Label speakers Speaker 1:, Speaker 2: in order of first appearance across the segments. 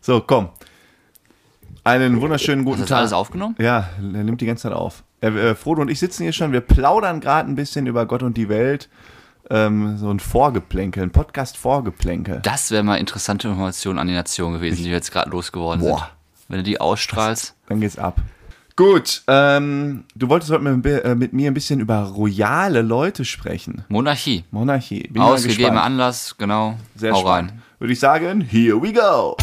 Speaker 1: So, komm. Einen wunderschönen guten
Speaker 2: Hast du das
Speaker 1: Tag.
Speaker 2: alles aufgenommen?
Speaker 1: Ja, er nimmt die ganze Zeit auf. Äh, äh, Frodo und ich sitzen hier schon, wir plaudern gerade ein bisschen über Gott und die Welt. Ähm, so ein Vorgeplänkel, ein Podcast-Vorgeplänkel.
Speaker 2: Das wäre mal interessante Information an die Nation gewesen, die wir jetzt gerade losgeworden
Speaker 1: Boah.
Speaker 2: sind. Wenn du die ausstrahlst.
Speaker 1: Dann geht's ab. Gut, ähm, du wolltest heute mit, äh, mit mir ein bisschen über royale Leute sprechen.
Speaker 2: Monarchie.
Speaker 1: Monarchie. Bin ich mal gespannt.
Speaker 2: Ausgegebener Anlass, genau.
Speaker 1: Sehr
Speaker 2: Hau
Speaker 1: spannend.
Speaker 2: rein.
Speaker 1: Würde ich sagen, here we go.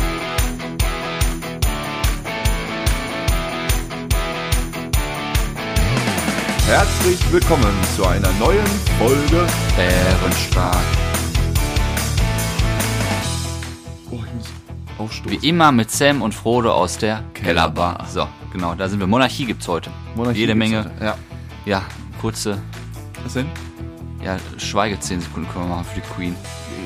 Speaker 1: Herzlich willkommen zu einer neuen Folge.
Speaker 2: Bärenstark.
Speaker 1: Oh, ich muss aufstoßen.
Speaker 2: Wie immer mit Sam und Frodo aus der Kellerbar. So, genau, da sind wir. Monarchie gibt's heute.
Speaker 1: Monarchie
Speaker 2: Jede
Speaker 1: gibt's
Speaker 2: Menge.
Speaker 1: heute. Ja.
Speaker 2: Ja, kurze
Speaker 1: Was denn?
Speaker 2: ja, Schweige 10 Sekunden können wir machen für die Queen.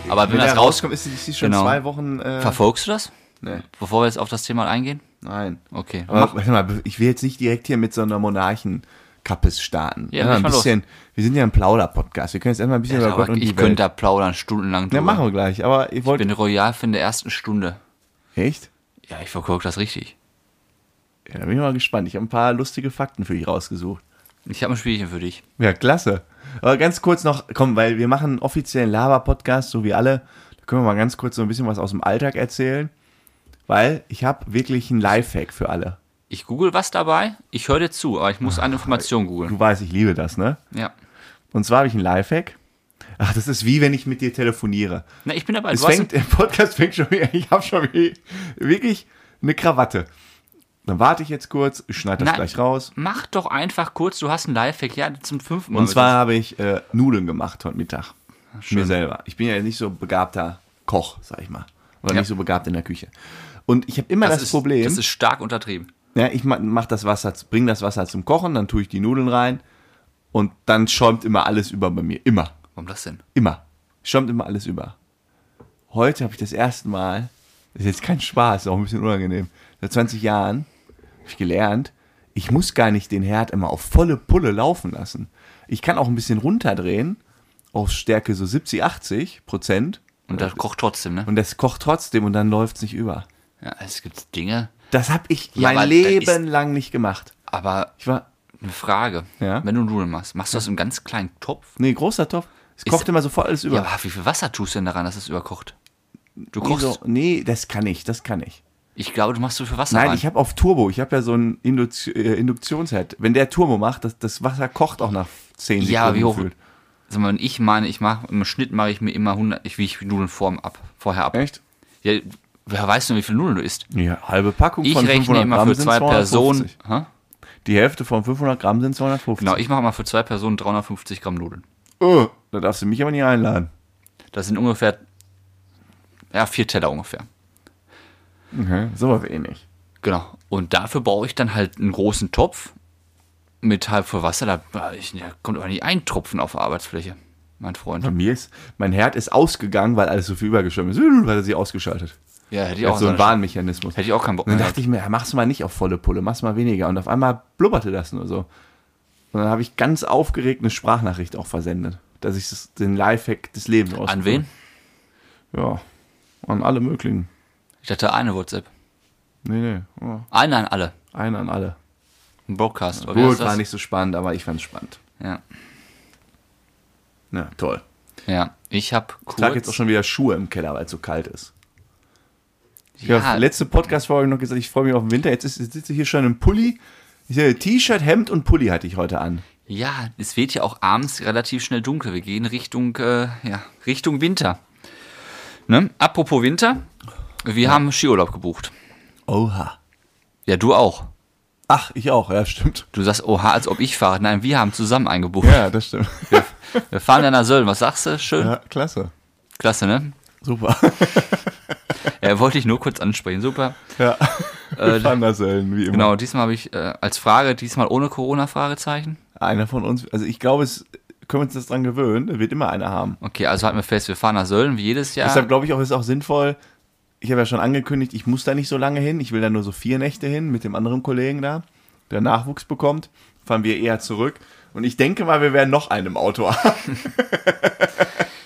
Speaker 2: Aber wenn
Speaker 1: Äh, der
Speaker 2: das rauskommt,
Speaker 1: ist sie ist sie schon
Speaker 2: Genau.
Speaker 1: zwei Wochen. Äh,
Speaker 2: verfolgst du das?
Speaker 1: nee,
Speaker 2: Bevor wir jetzt auf das Thema eingehen?
Speaker 1: nein.
Speaker 2: Okay.
Speaker 1: Aber warte mal, ich will jetzt nicht direkt hier mit so einer Monarchen-Kappes starten.
Speaker 2: Ja, leg
Speaker 1: ein
Speaker 2: mal los.
Speaker 1: bisschen. Wir sind ja ein Plauder-Podcast. Wir können jetzt erstmal ein bisschen über Gott
Speaker 2: Aber
Speaker 1: und
Speaker 2: ich
Speaker 1: die
Speaker 2: könnte
Speaker 1: Welt.
Speaker 2: da plaudern, stundenlang
Speaker 1: Ja,
Speaker 2: drüber.
Speaker 1: machen wir gleich. Aber ich
Speaker 2: ich
Speaker 1: wollte.
Speaker 2: bin royal von der ersten Stunde.
Speaker 1: Echt?
Speaker 2: Ja, ich verfolge das richtig.
Speaker 1: Ja, da bin ich mal gespannt. Ich habe ein paar lustige Fakten für dich rausgesucht.
Speaker 2: Ich habe ein Spielchen für dich.
Speaker 1: Ja, klasse. Aber ganz kurz noch, komm, weil wir machen einen offiziellen Lava-Podcast, so wie alle. Da können wir mal ganz kurz so ein bisschen was aus dem Alltag erzählen. Weil ich habe wirklich einen Lifehack für alle.
Speaker 2: Ich google was dabei, ich höre dir zu, aber ich muss eine Information googeln.
Speaker 1: Du weißt, ich liebe das, ne?
Speaker 2: Ja.
Speaker 1: Und zwar habe ich einen Lifehack. Ach, das ist wie wenn ich mit dir telefoniere.
Speaker 2: Na, ich bin dabei.
Speaker 1: Es
Speaker 2: Du hast
Speaker 1: fängt, der Podcast fängt schon wieder, ich habe schon wie- wirklich eine Krawatte. Dann warte ich jetzt kurz, ich schneide das
Speaker 2: Nein.
Speaker 1: gleich raus.
Speaker 2: Mach doch einfach kurz, du hast einen Lifehack, ja, zum fünften Mal.
Speaker 1: Und zwar habe ich äh, Nudeln gemacht heute Mittag. Mir selber. Ich bin ja nicht so begabter Koch, sag ich mal. Oder
Speaker 2: Ja.
Speaker 1: nicht so begabt in der Küche. Und ich habe immer das,
Speaker 2: ist,
Speaker 1: Problem,
Speaker 2: Das ist stark untertrieben.
Speaker 1: ja, ich ma- mach das Wasser, bring das Wasser zum Kochen, dann tue ich die Nudeln rein und dann schäumt immer alles über bei mir. Immer.
Speaker 2: Warum das denn?
Speaker 1: Immer. Schäumt immer alles über. Heute habe ich das erste Mal, das ist jetzt kein Spaß, ist auch ein bisschen unangenehm, seit 20 Jahren habe ich gelernt, ich muss gar nicht den Herd immer auf volle Pulle laufen lassen. Ich kann auch ein bisschen runterdrehen, auf Stärke so 70, 80 Prozent
Speaker 2: Und das kocht trotzdem, ne?
Speaker 1: und das kocht trotzdem und dann läuft es nicht über.
Speaker 2: Ja, es gibt Dinge,
Speaker 1: Das habe ich
Speaker 2: Ja,
Speaker 1: mein
Speaker 2: aber da
Speaker 1: Leben lang nicht gemacht.
Speaker 2: aber
Speaker 1: Ich war,
Speaker 2: eine Frage.
Speaker 1: Ja?
Speaker 2: Wenn du Nudeln machst, machst du das in einem ganz kleinen Topf?
Speaker 1: nee, großer Topf, es kocht immer sofort alles über.
Speaker 2: Ja, aber wie viel Wasser tust du denn daran, dass es überkocht? Du
Speaker 1: nee,
Speaker 2: kochst.
Speaker 1: so, nee, das kann ich, das kann ich.
Speaker 2: Ich glaube, du machst so viel Wasser
Speaker 1: Nein,
Speaker 2: rein.
Speaker 1: ich habe auf Turbo. Ich habe ja so einen Induz äh, Induktionsherd. Wenn der Turbo macht, das, das Wasser kocht auch nach 10 Sekunden.
Speaker 2: Ja, aber wie hoch?
Speaker 1: gefühlt.
Speaker 2: Also wenn ich meine, ich mache im Schnitt mache ich mir immer 100, ich wiege Nudeln vorm ab, vorher ab.
Speaker 1: Echt?
Speaker 2: Ja, wer weiß denn, wie viel Nudeln du isst?
Speaker 1: Ja, halbe Packung
Speaker 2: Ich
Speaker 1: von
Speaker 2: rechne
Speaker 1: 500
Speaker 2: immer
Speaker 1: Gramm
Speaker 2: für
Speaker 1: sind
Speaker 2: zwei
Speaker 1: 250.
Speaker 2: Personen. Hä?
Speaker 1: Die Hälfte von 500 Gramm sind 250.
Speaker 2: Genau, ich mache mal für zwei Personen 350 Gramm Nudeln.
Speaker 1: Oh, da darfst du mich aber nicht einladen.
Speaker 2: Das sind ungefähr ja vier Teller ungefähr.
Speaker 1: Okay. So war
Speaker 2: eh
Speaker 1: wenig.
Speaker 2: Genau. Und dafür brauche ich dann halt einen großen Topf mit halb voll Wasser. Da, da ich, da kommt aber nicht ein Tropfen auf der Arbeitsfläche, mein Freund.
Speaker 1: Bei mir ist, mein Herd ist ausgegangen, weil alles so viel übergeschwemmt ist. Weil er sie ausgeschaltet.
Speaker 2: Ja, hätte ich
Speaker 1: Auch
Speaker 2: auch
Speaker 1: so ein
Speaker 2: so eine-
Speaker 1: Warnmechanismus.
Speaker 2: Hätte ich auch keinen Bock
Speaker 1: Und dann
Speaker 2: mehr.
Speaker 1: dachte ich mir, ja, mach's mal nicht auf volle Pulle, mach's mal weniger. Und auf einmal blubberte das nur so. Und dann habe ich ganz aufgeregt eine Sprachnachricht auch versendet, dass ich das, den Lifehack des Lebens aus.
Speaker 2: An wen?
Speaker 1: Ja, an alle möglichen.
Speaker 2: Ich hatte eine WhatsApp.
Speaker 1: Nee, nee, ja,
Speaker 2: Eine an alle.
Speaker 1: einen an alle.
Speaker 2: Ein Broadcast. oder wie
Speaker 1: Gut,
Speaker 2: heißt das?
Speaker 1: war nicht so spannend, aber ich fand's spannend.
Speaker 2: Ja.
Speaker 1: Na, toll.
Speaker 2: Ja, ich habe
Speaker 1: Ich trage jetzt auch schon wieder Schuhe im Keller, weil es so kalt ist. Ich
Speaker 2: Ja.
Speaker 1: habe letzte Podcast-Folge noch gesagt, ich freue mich auf den Winter. Jetzt, ist, jetzt sitze ich hier schon im Pulli. Ich sehe, T-Shirt, Hemd und Pulli hatte ich heute an.
Speaker 2: Ja, es wird ja auch abends relativ schnell dunkel. Wir gehen Richtung, äh, ja, Richtung Winter. Ne? Apropos Winter, wir haben Skiurlaub gebucht.
Speaker 1: Oha.
Speaker 2: Ja, du auch.
Speaker 1: Ach, ich auch, ja, stimmt.
Speaker 2: Du sagst, oha, als ob ich fahre. Nein, wir haben zusammen eingebucht.
Speaker 1: Ja, das stimmt.
Speaker 2: Wir fahren dann nach Sölden. Was sagst du? Schön.
Speaker 1: Ja, klasse.
Speaker 2: Klasse, ne?
Speaker 1: Super.
Speaker 2: Ja, wollte ich nur kurz ansprechen. Super.
Speaker 1: Ja. Wir
Speaker 2: Äh,
Speaker 1: fahren das Sölden, wie immer.
Speaker 2: Genau, diesmal habe ich äh, als Frage, diesmal ohne Corona-Fragezeichen.
Speaker 1: Einer von uns, also ich glaube, es können wir uns das dran gewöhnen, da wird immer einer haben.
Speaker 2: Okay, also halten wir fest, wir fahren nach Sölden wie jedes Jahr.
Speaker 1: Deshalb glaube ich auch, ist auch sinnvoll, ich habe ja schon angekündigt, ich muss da nicht so lange hin, ich will da nur so vier Nächte hin mit dem anderen Kollegen da, der Nachwuchs bekommt, fahren wir eher zurück. Und ich denke mal, wir werden noch einen im Auto haben.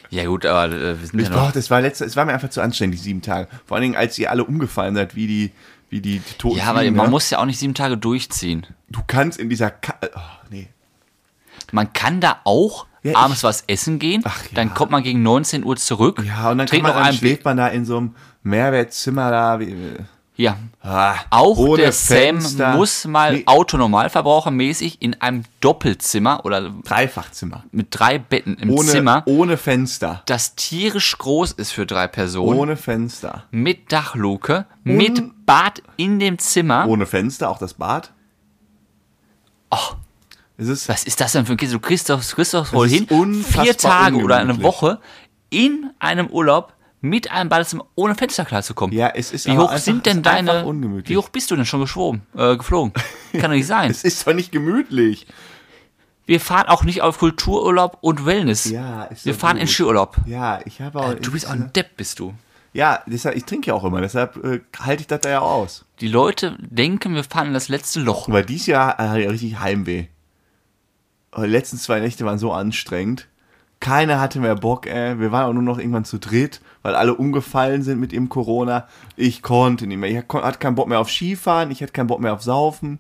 Speaker 2: Ja gut, aber äh, wir sind ja
Speaker 1: Ich
Speaker 2: noch...
Speaker 1: brauch, das war letzte, es war mir einfach zu anständig, sieben Tage. Vor allen Dingen, als ihr alle umgefallen seid, wie die, wie die Toten.
Speaker 2: Ja, aber
Speaker 1: Fliegen,
Speaker 2: man
Speaker 1: ne?
Speaker 2: muss ja auch nicht sieben Tage durchziehen.
Speaker 1: Du kannst in dieser. Ka oh, nee.
Speaker 2: Man kann da auch
Speaker 1: Ja, ich-
Speaker 2: abends was essen gehen,
Speaker 1: Ach ja.
Speaker 2: dann kommt man gegen 19 Uhr zurück,
Speaker 1: Ja, und dann, kann
Speaker 2: trinkt
Speaker 1: man,
Speaker 2: noch
Speaker 1: dann
Speaker 2: ein Bier.
Speaker 1: schläft man da in so einem Mehrwertzimmer da. Wie,
Speaker 2: Ja.
Speaker 1: ah,
Speaker 2: Auch
Speaker 1: ohne
Speaker 2: der
Speaker 1: Fenster.
Speaker 2: Sam muss mal
Speaker 1: Nee,
Speaker 2: autonormalverbrauchermäßig in einem Doppelzimmer oder
Speaker 1: Dreifachzimmer.
Speaker 2: mit drei Betten im
Speaker 1: Ohne,
Speaker 2: Zimmer,
Speaker 1: ohne Fenster.
Speaker 2: das tierisch groß ist für drei Personen,
Speaker 1: Ohne Fenster.
Speaker 2: mit Dachluke, mit Bad in dem Zimmer.
Speaker 1: Ohne Fenster, auch das Bad.
Speaker 2: Och,
Speaker 1: Es ist,
Speaker 2: was ist das denn für ein Kind? So Christoph, Christoph hol
Speaker 1: ist
Speaker 2: hin,
Speaker 1: unfassbar
Speaker 2: vier Tage oder eine
Speaker 1: ungemütlich.
Speaker 2: Woche in einem Urlaub mit einem Badezimmer ohne Fenster klarzukommen.
Speaker 1: ja, es ist
Speaker 2: Wie
Speaker 1: aber
Speaker 2: hoch
Speaker 1: einfach,
Speaker 2: sind
Speaker 1: es
Speaker 2: denn
Speaker 1: ist einfach
Speaker 2: deine.
Speaker 1: Ungemütlich.
Speaker 2: Wie hoch bist du denn schon geschwoben, äh, geflogen? Kann doch nicht sein.
Speaker 1: Es ist doch nicht gemütlich.
Speaker 2: Wir fahren auch nicht auf Kultururlaub und Wellness.
Speaker 1: Ja, ist
Speaker 2: Wir
Speaker 1: doch
Speaker 2: fahren in
Speaker 1: gut. äh,
Speaker 2: Skiurlaub.
Speaker 1: Ja, ich habe auch.
Speaker 2: Du bist auch ein Depp, bist du.
Speaker 1: ja, deshalb, ich trinke ja auch immer, deshalb äh, halte ich das da ja auch aus.
Speaker 2: Die Leute denken, wir fahren in das letzte Loch.
Speaker 1: Aber dieses Jahr hatte ich richtig Heimweh. Aber Die letzten zwei Nächte waren so anstrengend. Keiner hatte mehr Bock, ey. Wir waren auch nur noch irgendwann zu dritt, weil alle umgefallen sind mit dem Corona. Ich konnte nicht mehr. Ich kon- hatte keinen Bock mehr auf Skifahren, ich hatte keinen Bock mehr auf Saufen.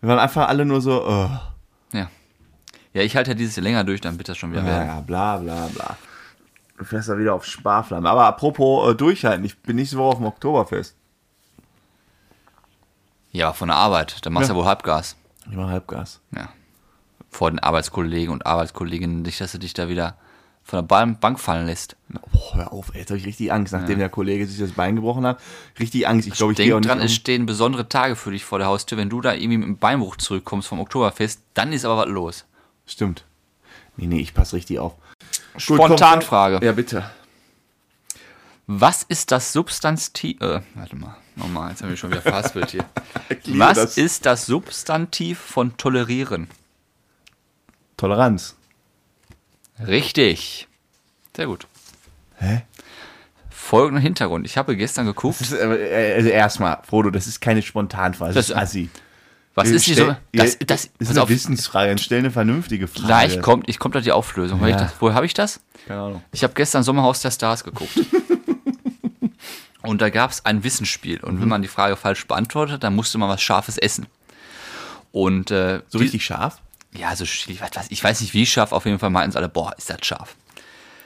Speaker 1: Wir waren einfach alle nur so, äh,
Speaker 2: Ja. Ja, ich halte ja dieses Jahr länger durch, dann wird das schon wieder
Speaker 1: ja,
Speaker 2: werden.
Speaker 1: ja, bla bla bla. Du fährst da wieder auf Sparflamme. Aber apropos äh, durchhalten, ich bin nächste Woche auf dem Oktoberfest.
Speaker 2: Ja, aber von der Arbeit. Dann machst du ja. wohl Halbgas.
Speaker 1: Ich mach Halbgas.
Speaker 2: Ja. Vor den Arbeitskollegen und Arbeitskolleginnen. Nicht, dass du dich da wieder von der Ban- Bank fallen lässt.
Speaker 1: Na, boah, hör auf, ey, jetzt habe ich richtig Angst, nachdem der Kollege sich das Bein gebrochen hat. Richtig Angst. Ich glaube, ich gehe auch
Speaker 2: Denk
Speaker 1: nicht.
Speaker 2: dran,
Speaker 1: um-
Speaker 2: es stehen besondere Tage für dich vor der Haustür. Wenn du da irgendwie mit dem Beinbruch zurückkommst vom Oktoberfest, dann ist aber was los.
Speaker 1: Stimmt. Nee, nee, ich passe richtig auf. Gut, komm,
Speaker 2: Spontanfrage.
Speaker 1: Ja, bitte.
Speaker 2: Was ist das Substantiv. Äh, warte mal, nochmal, jetzt haben wir schon wieder verhaspelt hier.
Speaker 1: Erkläre
Speaker 2: Was
Speaker 1: das.
Speaker 2: ist das Substantiv von tolerieren?
Speaker 1: Toleranz.
Speaker 2: Richtig. Sehr gut.
Speaker 1: Hä?
Speaker 2: Folgender Hintergrund. Ich habe gestern geguckt,
Speaker 1: Das ist, äh, also erstmal, Frodo, das ist keine Spontanfrage. Das,
Speaker 2: Das-
Speaker 1: ist assi.
Speaker 2: was ist die so. Das, das,
Speaker 1: ist
Speaker 2: pass
Speaker 1: eine
Speaker 2: auf,
Speaker 1: Wissensfrage. Dann stell eine vernünftige Frage.
Speaker 2: gleich kommt, ich kommt doch die Auflösung. Weil ich
Speaker 1: Ja.
Speaker 2: das, woher habe ich das?
Speaker 1: Keine Ahnung.
Speaker 2: Ich habe gestern Sommerhaus der Stars geguckt. und da gab es ein Wissensspiel. Und
Speaker 1: Mhm.
Speaker 2: wenn man die Frage falsch beantwortet, dann musste man was Scharfes essen. Und äh,
Speaker 1: So
Speaker 2: die-
Speaker 1: richtig scharf?
Speaker 2: ja, so ich weiß, ich weiß nicht wie scharf, auf jeden Fall meinten sie alle, boah, ist das scharf.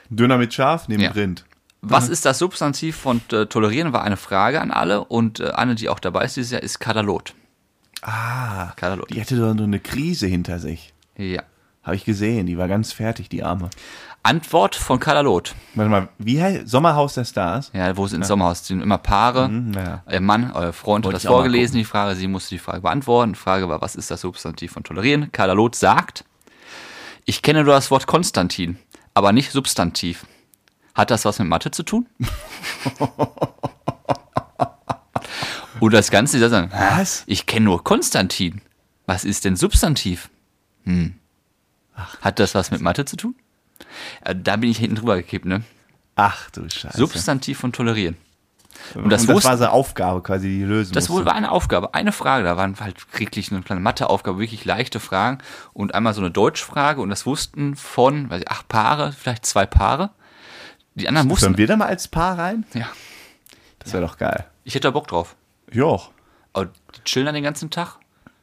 Speaker 1: Döner mit Schaf neben
Speaker 2: Ja.
Speaker 1: Rind.
Speaker 2: Was
Speaker 1: Mhm.
Speaker 2: ist das Substantiv von äh, tolerieren, war eine Frage an alle und äh, eine, die auch dabei ist dieses Jahr, ist Kadalot.
Speaker 1: Ah,
Speaker 2: Kadalot.
Speaker 1: die hatte doch so eine Krise hinter sich.
Speaker 2: Ja.
Speaker 1: Habe ich gesehen. Die war ganz fertig, die Arme.
Speaker 2: Antwort von Kadalot.
Speaker 1: Warte mal, wie heißt Sommerhaus der Stars?
Speaker 2: Ja, wo es ins Sommerhaus sind immer Paare.
Speaker 1: naja.
Speaker 2: Ihr Mann, euer Freund hat
Speaker 1: Mhm, Wollte
Speaker 2: das
Speaker 1: ich auch mal
Speaker 2: vorgelesen, die Frage, sie musste die Frage beantworten. Die Frage war, was ist das Substantiv von tolerieren? Kadalot sagt, ich kenne nur das Wort Konstantin, aber nicht Substantiv. Hat das was mit Mathe zu tun? Und das Ganze, die sagen,
Speaker 1: Was?
Speaker 2: Ich kenne nur Konstantin. Was ist denn Substantiv? Hm. Hat das was mit Mathe zu tun? Äh, Da bin ich hinten drüber gekippt, ne?
Speaker 1: Ach du Scheiße.
Speaker 2: Substantiv von tolerieren.
Speaker 1: und
Speaker 2: das
Speaker 1: das,
Speaker 2: wusste-
Speaker 1: war seine Aufgabe quasi, die die lösen
Speaker 2: Das wohl
Speaker 1: musste.
Speaker 2: war eine Aufgabe, eine Frage. Da waren halt wirklich eine kleine Matheaufgabe, wirklich leichte Fragen und einmal so eine Deutschfrage und das wussten von, weiß ich, acht Paare, vielleicht zwei Paare. Die anderen
Speaker 1: Sollen
Speaker 2: wussten.
Speaker 1: wir da mal als Paar rein?
Speaker 2: Ja,
Speaker 1: Das wäre doch geil.
Speaker 2: ich hätte da Bock drauf.
Speaker 1: Joch.
Speaker 2: Aber die chillen dann den ganzen Tag,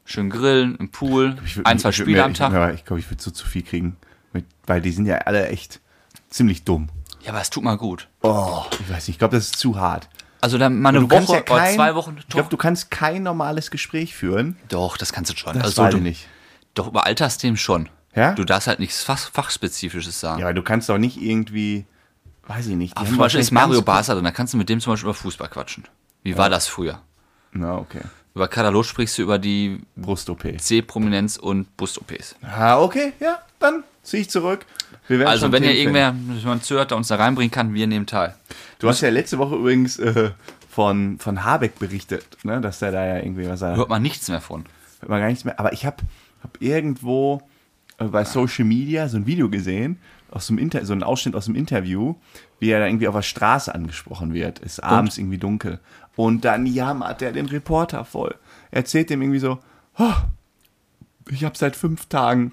Speaker 2: schön grillen, im Pool,
Speaker 1: Ich würd-
Speaker 2: ein, zwei
Speaker 1: ich würd
Speaker 2: Spiele
Speaker 1: mir-
Speaker 2: am Tag.
Speaker 1: Ich glaube, ich, glaub, ich würde so zu viel kriegen. Mit, weil die sind ja alle echt ziemlich dumm.
Speaker 2: Ja, aber es tut mal gut.
Speaker 1: Oh, ich weiß nicht, ich glaube, das ist zu hart.
Speaker 2: Also dann mal eine
Speaker 1: kannst
Speaker 2: Woche
Speaker 1: ja kein-
Speaker 2: oder zwei Wochen.
Speaker 1: Ich glaube, du kannst kein normales Gespräch führen.
Speaker 2: Doch, das kannst du schon.
Speaker 1: Das
Speaker 2: also
Speaker 1: weiß
Speaker 2: du,
Speaker 1: ich nicht.
Speaker 2: Doch, über Altersthemen schon.
Speaker 1: Ja?
Speaker 2: Du darfst halt nichts Fach, Fachspezifisches sagen.
Speaker 1: Ja, aber du kannst doch nicht irgendwie, weiß ich nicht. die
Speaker 2: Ach,
Speaker 1: haben
Speaker 2: zum Beispiel ist
Speaker 1: wahrscheinlich
Speaker 2: Mario
Speaker 1: ganz-
Speaker 2: Basler drin, da kannst du mit dem zum Beispiel über Fußball quatschen. Wie war das früher?
Speaker 1: Na, okay.
Speaker 2: Über Katalog sprichst du über die
Speaker 1: Brust-OP.
Speaker 2: C-Prominenz und Brust-OPs.
Speaker 1: Ah, okay, ja, dann ziehe ich zurück. Wir werden
Speaker 2: Also
Speaker 1: schon
Speaker 2: wenn ihr
Speaker 1: Themen finden.
Speaker 2: irgendwer, jemand zuhört, der uns da reinbringen kann, wir nehmen teil.
Speaker 1: Du hast ja letzte Woche übrigens äh, von, von Habeck berichtet, ne, dass der da ja irgendwie was er
Speaker 2: Hört man nichts mehr von.
Speaker 1: hört man gar nichts mehr. Aber ich habe hab irgendwo äh, bei Social Media so ein Video gesehen, aus dem Inter so ein Ausschnitt aus dem Interview, wie er da irgendwie auf der Straße angesprochen wird. Ist abends irgendwie dunkel. Und dann jammert er den Reporter voll. Er erzählt dem irgendwie so, oh, ich habe seit fünf Tagen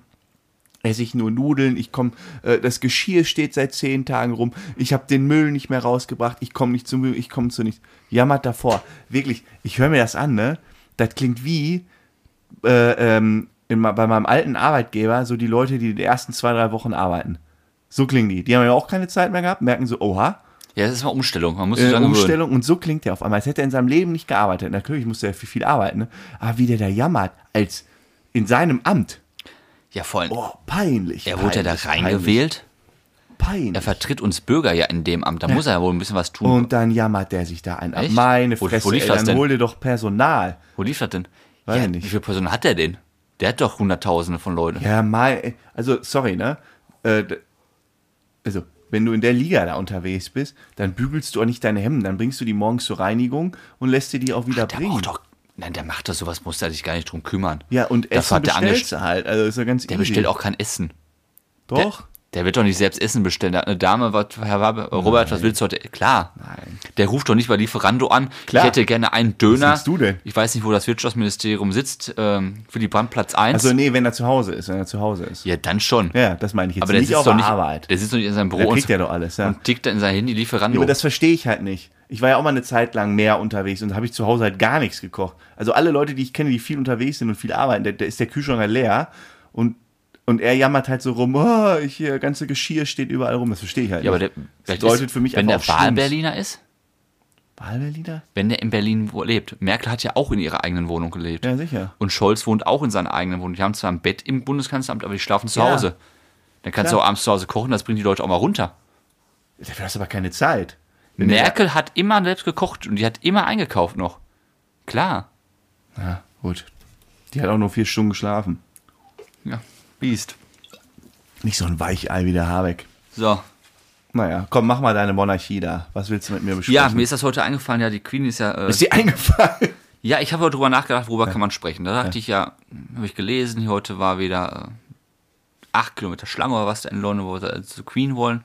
Speaker 1: esse ich nur Nudeln, ich komme, äh, das Geschirr steht seit zehn Tagen rum, ich habe den Müll nicht mehr rausgebracht, ich komme nicht zum Müll, ich komme zu nichts. Jammert davor. Wirklich, ich höre mir das an, ne? Das klingt wie äh, ähm, in, ma- bei meinem alten Arbeitgeber, so die Leute, die die ersten zwei, drei Wochen arbeiten. So klingen die. Die haben ja auch keine Zeit mehr gehabt, merken so, oha,
Speaker 2: Ja, das ist mal Umstellung. Man muss sich
Speaker 1: äh,
Speaker 2: dran gewöhnen.
Speaker 1: Umstellung und so klingt der auf einmal, als hätte er in seinem Leben nicht gearbeitet. Natürlich musste er viel, viel arbeiten, ne? aber wie der da jammert, als in seinem Amt.
Speaker 2: Ja, vor allem.
Speaker 1: Boah, peinlich.
Speaker 2: er wurde ja da
Speaker 1: peinlich,
Speaker 2: reingewählt.
Speaker 1: Peinlich.
Speaker 2: Er
Speaker 1: peinlich.
Speaker 2: vertritt uns Bürger ja in dem Amt. Da muss er ja wohl ein bisschen was tun.
Speaker 1: Und dann jammert der sich da ein. ab.
Speaker 2: Echt?
Speaker 1: Meine
Speaker 2: Wo- wo
Speaker 1: Fresse,
Speaker 2: lief
Speaker 1: ey,
Speaker 2: das
Speaker 1: dann
Speaker 2: denn?
Speaker 1: hol dir doch Personal.
Speaker 2: Wo lief das denn?
Speaker 1: Weiß
Speaker 2: ja,
Speaker 1: ich nicht.
Speaker 2: Wie viele Personen hat er denn? Der hat doch Hunderttausende von Leuten.
Speaker 1: Ja, mal, also sorry, ne? Äh, d- also, wenn du in der Liga da unterwegs bist, dann bügelst du auch nicht deine Hemden, dann bringst du die morgens zur Reinigung und lässt dir die auch wieder
Speaker 2: der
Speaker 1: bringen.
Speaker 2: braucht doch. Nein, der macht doch sowas, muss er sich gar nicht drum kümmern.
Speaker 1: Ja, und
Speaker 2: das
Speaker 1: Essen
Speaker 2: hat der
Speaker 1: bestellst
Speaker 2: Angest.
Speaker 1: du halt, also ist ja ganz
Speaker 2: Der bestellt auch kein Essen.
Speaker 1: Doch?
Speaker 2: Der, der wird doch nicht selbst Essen bestellen. Da hat eine Dame, was, Herr Wabe, Robert, was willst du heute? Klar.
Speaker 1: Nein.
Speaker 2: Der ruft doch nicht bei Lieferando an.
Speaker 1: Klar.
Speaker 2: Ich hätte gerne einen Döner.
Speaker 1: willst du denn?
Speaker 2: Ich weiß nicht, wo das Wirtschaftsministerium sitzt, ähm, für die Brandplatz 1.
Speaker 1: Also nee, wenn er zu Hause ist, wenn er zu Hause ist. Ja,
Speaker 2: ja, dann schon.
Speaker 1: das meine ich jetzt
Speaker 2: Aber der
Speaker 1: nicht
Speaker 2: sitzt
Speaker 1: auf
Speaker 2: doch
Speaker 1: der
Speaker 2: nicht,
Speaker 1: Arbeit.
Speaker 2: der sitzt doch nicht in seinem Büro
Speaker 1: Der kriegt
Speaker 2: und,
Speaker 1: ja doch alles, ja.
Speaker 2: und tickt dann in sein Handy Lieferando.
Speaker 1: Aber das verstehe ich halt nicht. Ich war ja auch mal eine Zeit lang mehr unterwegs und habe ich zu Hause halt gar nichts gekocht. Also alle Leute, die ich kenne, die viel unterwegs sind und viel arbeiten, da, da ist der Kühlschrank halt leer und, und er jammert halt so rum, oh, ich, hier ganze Geschirr steht überall rum. Das verstehe ich halt
Speaker 2: ja, aber der,
Speaker 1: nicht. das
Speaker 2: vielleicht
Speaker 1: bedeutet
Speaker 2: ist,
Speaker 1: für mich
Speaker 2: wenn der
Speaker 1: einfach auch Schlimmes.
Speaker 2: Wahlberliner ist,
Speaker 1: Wahlberliner?
Speaker 2: wenn der in Berlin wo- lebt. Merkel hat ja auch in ihrer eigenen Wohnung gelebt.
Speaker 1: Ja, sicher.
Speaker 2: Und Scholz wohnt auch in seiner eigenen Wohnung. Die haben zwar ein Bett im Bundeskanzleramt, aber die schlafen zu
Speaker 1: Ja.
Speaker 2: Hause. Dann kannst
Speaker 1: Klar.
Speaker 2: du auch abends zu Hause kochen, das bringt die Leute auch mal runter.
Speaker 1: Dafür hast du aber keine Zeit. Wenn der-
Speaker 2: Merkel hat immer selbst gekocht und die hat immer eingekauft noch. Klar.
Speaker 1: Ja, gut. Die hat auch nur vier Stunden geschlafen.
Speaker 2: Ja. Biest.
Speaker 1: Nicht so ein Weichei wie der Habeck.
Speaker 2: So.
Speaker 1: Naja, komm, mach mal deine Monarchie da. Was willst du mit mir besprechen?
Speaker 2: Ja, mir ist das heute eingefallen, ja, die Queen ist ja. Äh,
Speaker 1: ist dir eingefallen.
Speaker 2: ja, ich habe heute drüber nachgedacht, worüber kann man sprechen. Da dachte ich ja, habe ich gelesen, hier heute war wieder äh, acht Kilometer Schlange oder was da in London, wo sie äh, zu Queen wollen.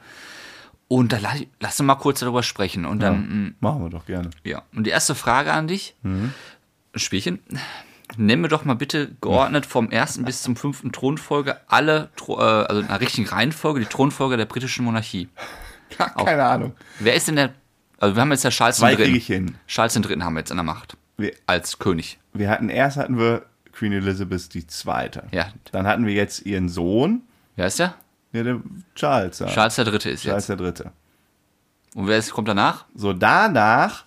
Speaker 2: Und da la- lass uns mal kurz darüber sprechen. Und dann mh,
Speaker 1: Machen wir doch gerne.
Speaker 2: Ja, und die erste Frage an dich,
Speaker 1: Mhm.
Speaker 2: Spielchen, nenn mir doch mal bitte geordnet vom ersten bis zum fünften Thronfolge alle, Thro- äh, also in einer richtigen Reihenfolge, die Thronfolge der britischen Monarchie.
Speaker 1: Keine Ahnung.
Speaker 2: Wer ist denn der, also wir haben jetzt ja Charles
Speaker 1: Zwei
Speaker 2: III.
Speaker 1: kriege ich hin.
Speaker 2: Charles III. haben wir jetzt an der Macht,
Speaker 1: Wir,
Speaker 2: als König.
Speaker 1: wir hatten erst hatten wir Queen Elizabeth die zweite.
Speaker 2: Ja.
Speaker 1: Dann hatten wir jetzt ihren Sohn,
Speaker 2: Wer ist der?
Speaker 1: ja, der Charles. Ja.
Speaker 2: Charles III. ist jetzt.
Speaker 1: Charles der Dritte.
Speaker 2: Und wer ist, kommt danach?
Speaker 1: So danach,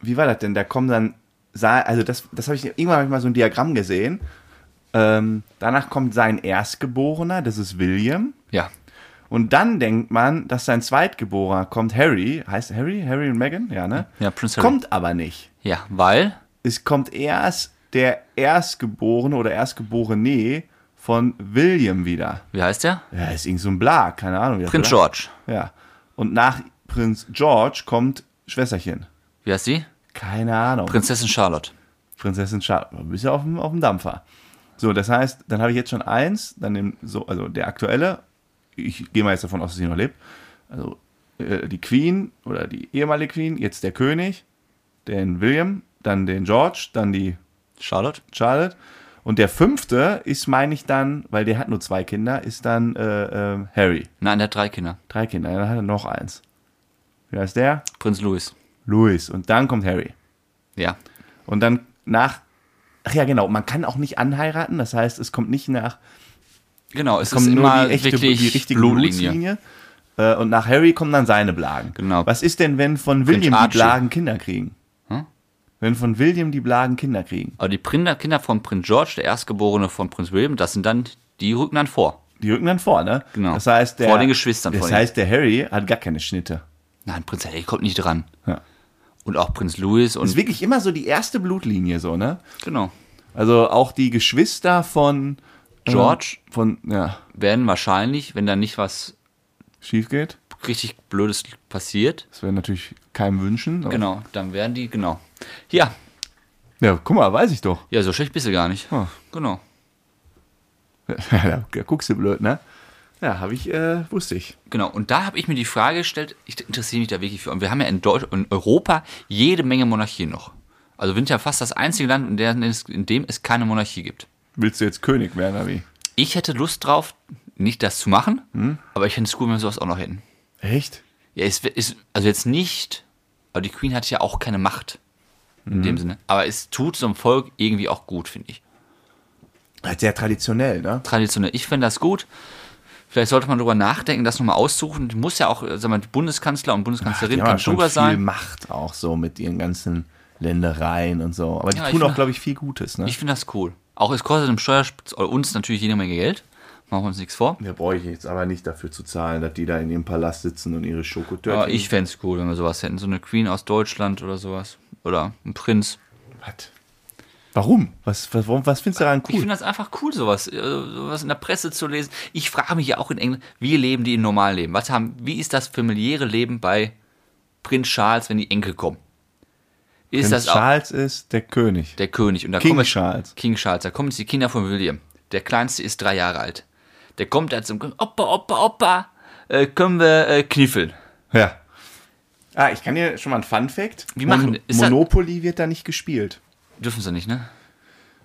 Speaker 1: wie war das denn? Da kommen dann, Sa- also das, das habe ich irgendwann hab ich mal so ein Diagramm gesehen. Ähm, danach kommt sein Erstgeborener, das ist William.
Speaker 2: Ja.
Speaker 1: Und dann denkt man, dass sein Zweitgeborener kommt, Harry. Heißt Harry? Harry und Meghan? Ja, ne?
Speaker 2: Ja, Prinz Harry.
Speaker 1: Kommt aber nicht.
Speaker 2: Ja, weil,
Speaker 1: es kommt erst der Erstgeborene oder Erstgeborene von William wieder.
Speaker 2: wie heißt der?
Speaker 1: Ja, ist irgend so ein Bla, keine Ahnung. wie das
Speaker 2: Prinz
Speaker 1: Bla-
Speaker 2: George.
Speaker 1: Ja. Und nach Prinz George kommt Schwesterchen.
Speaker 2: Wie heißt sie?
Speaker 1: Keine Ahnung.
Speaker 2: Prinzessin Charlotte.
Speaker 1: Prinzessin Charlotte. Du bist ja auf dem, auf dem Dampfer. So, das heißt, dann habe ich jetzt schon eins, dann den, so, also der aktuelle. Ich gehe mal jetzt davon aus, dass sie noch lebt. Also äh, die Queen oder die ehemalige Queen, jetzt der König, den William, dann den George, dann die
Speaker 2: Charlotte?
Speaker 1: Charlotte. Und der fünfte ist, meine ich dann, weil der hat nur zwei Kinder, ist dann äh, ähm, Harry.
Speaker 2: Nein, der hat drei Kinder.
Speaker 1: Drei Kinder, dann hat er noch eins. Wie heißt der?
Speaker 2: Prinz Louis.
Speaker 1: Louis. Und dann kommt Harry.
Speaker 2: Ja.
Speaker 1: Und dann nach. Ach ja, genau, man kann auch nicht anheiraten, das heißt, es kommt nicht nach.
Speaker 2: Genau, es
Speaker 1: Kommt
Speaker 2: ist immer
Speaker 1: die echte,
Speaker 2: wirklich
Speaker 1: die richtige
Speaker 2: Blutlinie.
Speaker 1: Blutslinie. Äh, Und nach Harry kommen dann seine Blagen.
Speaker 2: Genau.
Speaker 1: Was ist denn, wenn von William die
Speaker 2: Archie.
Speaker 1: Blagen Kinder kriegen?
Speaker 2: Hm?
Speaker 1: Wenn von William die Blagen Kinder kriegen?
Speaker 2: Aber die Prinder, Kinder von Prinz George, der Erstgeborene von Prinz William, das sind dann, die rücken dann vor.
Speaker 1: Die rücken dann vor, ne?
Speaker 2: Genau.
Speaker 1: Das heißt, der,
Speaker 2: Vor den Geschwistern vor
Speaker 1: Das
Speaker 2: allem.
Speaker 1: heißt, der Harry hat gar keine Schnitte.
Speaker 2: Nein, Prinz Harry kommt nicht dran.
Speaker 1: Ja.
Speaker 2: Und auch Prinz Louis
Speaker 1: Ist
Speaker 2: und,
Speaker 1: wirklich immer so die erste Blutlinie, so, ne?
Speaker 2: genau,
Speaker 1: Also auch die Geschwister von äh,
Speaker 2: George?
Speaker 1: von, ja,
Speaker 2: werden wahrscheinlich, wenn da nicht was
Speaker 1: schief geht.
Speaker 2: richtig Blödes passiert,
Speaker 1: Das wäre natürlich keinem wünschen. aber-
Speaker 2: genau, dann werden die, genau. Ja,
Speaker 1: Ja, guck mal, weiß ich doch.
Speaker 2: ja, so schlecht bist du gar nicht.
Speaker 1: Ah.
Speaker 2: Genau.
Speaker 1: ja, da guckst du blöd, ne? Ja, habe ich, äh, wusste ich.
Speaker 2: Genau, und da habe ich mir die Frage gestellt, ich interessiere mich da wirklich für. Und wir haben ja in, Deutsch, in Europa jede Menge Monarchien noch. Also wir sind ja fast das einzige Land, in dem es, in dem es keine Monarchie gibt.
Speaker 1: Willst du jetzt König werden, Abi?
Speaker 2: Ich hätte Lust drauf, nicht das zu machen, aber ich finde es cool, wenn wir sowas auch noch hätten.
Speaker 1: Echt?
Speaker 2: Ja, es wi- ist, also jetzt nicht, aber die Queen hat ja auch keine Macht in dem Sinne. Aber es tut so einem Volk irgendwie auch gut, finde ich.
Speaker 1: Halt Sehr traditionell, ne?
Speaker 2: Traditionell. Ich finde das gut. Vielleicht sollte man darüber nachdenken, das nochmal auszusuchen. Muss ja auch, äh, sagen wir, Bundeskanzler und Bundeskanzlerin
Speaker 1: Die haben
Speaker 2: kann
Speaker 1: schon
Speaker 2: drüber
Speaker 1: viel
Speaker 2: sein.
Speaker 1: Macht auch so mit ihren ganzen Ländereien und so. Aber die
Speaker 2: Ja, ich
Speaker 1: tun auch,
Speaker 2: find-
Speaker 1: glaube ich, viel Gutes, ne?
Speaker 2: Ich finde das cool. Auch es kostet dem Steuerspitz oder uns natürlich jede Menge Geld. Machen wir uns nichts vor.
Speaker 1: Mir brauche ich jetzt aber nicht dafür zu zahlen, dass die da in ihrem Palast sitzen und ihre Schokotörtchen.
Speaker 2: Aber ich fände es cool, wenn wir sowas hätten. So eine Queen aus Deutschland oder sowas. Oder ein Prinz.
Speaker 1: Was? Warum? Was, was, warum, was findest du daran
Speaker 2: Ich
Speaker 1: cool?
Speaker 2: finde das einfach cool, sowas, äh, sowas in der Presse zu lesen. Ich frage mich ja auch in England, wie leben die im Normalleben? Was haben, wie ist das familiäre Leben bei Prinz Charles, wenn die Enkel kommen? Ist
Speaker 1: Prinz
Speaker 2: das auch
Speaker 1: Charles ist der König.
Speaker 2: der König? Und da
Speaker 1: King
Speaker 2: kommen jetzt-
Speaker 1: Charles.
Speaker 2: King Charles, da kommen jetzt die Kinder von William. Der kleinste ist drei Jahre alt. Der kommt da zum Opa, Opa, Opa, äh, können wir äh, kniffeln.
Speaker 1: Ja. Ah, ich kann dir schon mal ein Fun Fact.
Speaker 2: Wie machen-
Speaker 1: Mon
Speaker 2: ist das-
Speaker 1: Monopoly wird da nicht gespielt.
Speaker 2: Dürfen sie nicht, ne?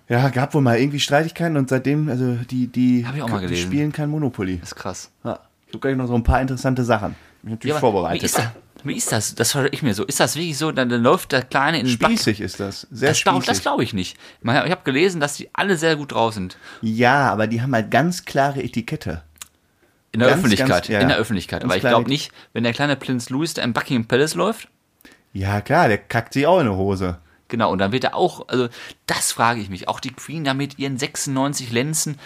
Speaker 1: Ja, gab wohl mal irgendwie Streitigkeiten und seitdem, also die, die,
Speaker 2: Hab ich auch mal
Speaker 1: die
Speaker 2: gelesen.
Speaker 1: spielen kein Monopoly.
Speaker 2: Das ist krass.
Speaker 1: Ja. Ich habe gleich noch so ein paar interessante Sachen. Ich bin natürlich
Speaker 2: Ja, aber Wie ist das?
Speaker 1: vorbereitet.
Speaker 2: Wie ist das? Das höre ich mir so. Ist das wirklich so? Dann, dann läuft der Kleine in den Back-
Speaker 1: Spießig ist das. Sehr
Speaker 2: Das, glaub-
Speaker 1: spießig.
Speaker 2: das glaube ich nicht. Ich habe gelesen, dass die alle sehr gut drauf sind.
Speaker 1: ja, aber die haben halt ganz klare Etikette.
Speaker 2: In der
Speaker 1: Ganz,
Speaker 2: Öffentlichkeit.
Speaker 1: ganz, ja,
Speaker 2: in der
Speaker 1: ja.
Speaker 2: Öffentlichkeit.
Speaker 1: Ganz
Speaker 2: Aber ich
Speaker 1: kleine-
Speaker 2: glaube nicht, wenn der kleine Prinz Louis da im Buckingham Palace läuft,
Speaker 1: Ja, klar, der kackt sich auch in eine Hose.
Speaker 2: genau, und dann wird er auch, also das frage ich mich. Auch die Queen da mit ihren 96 Lenzen.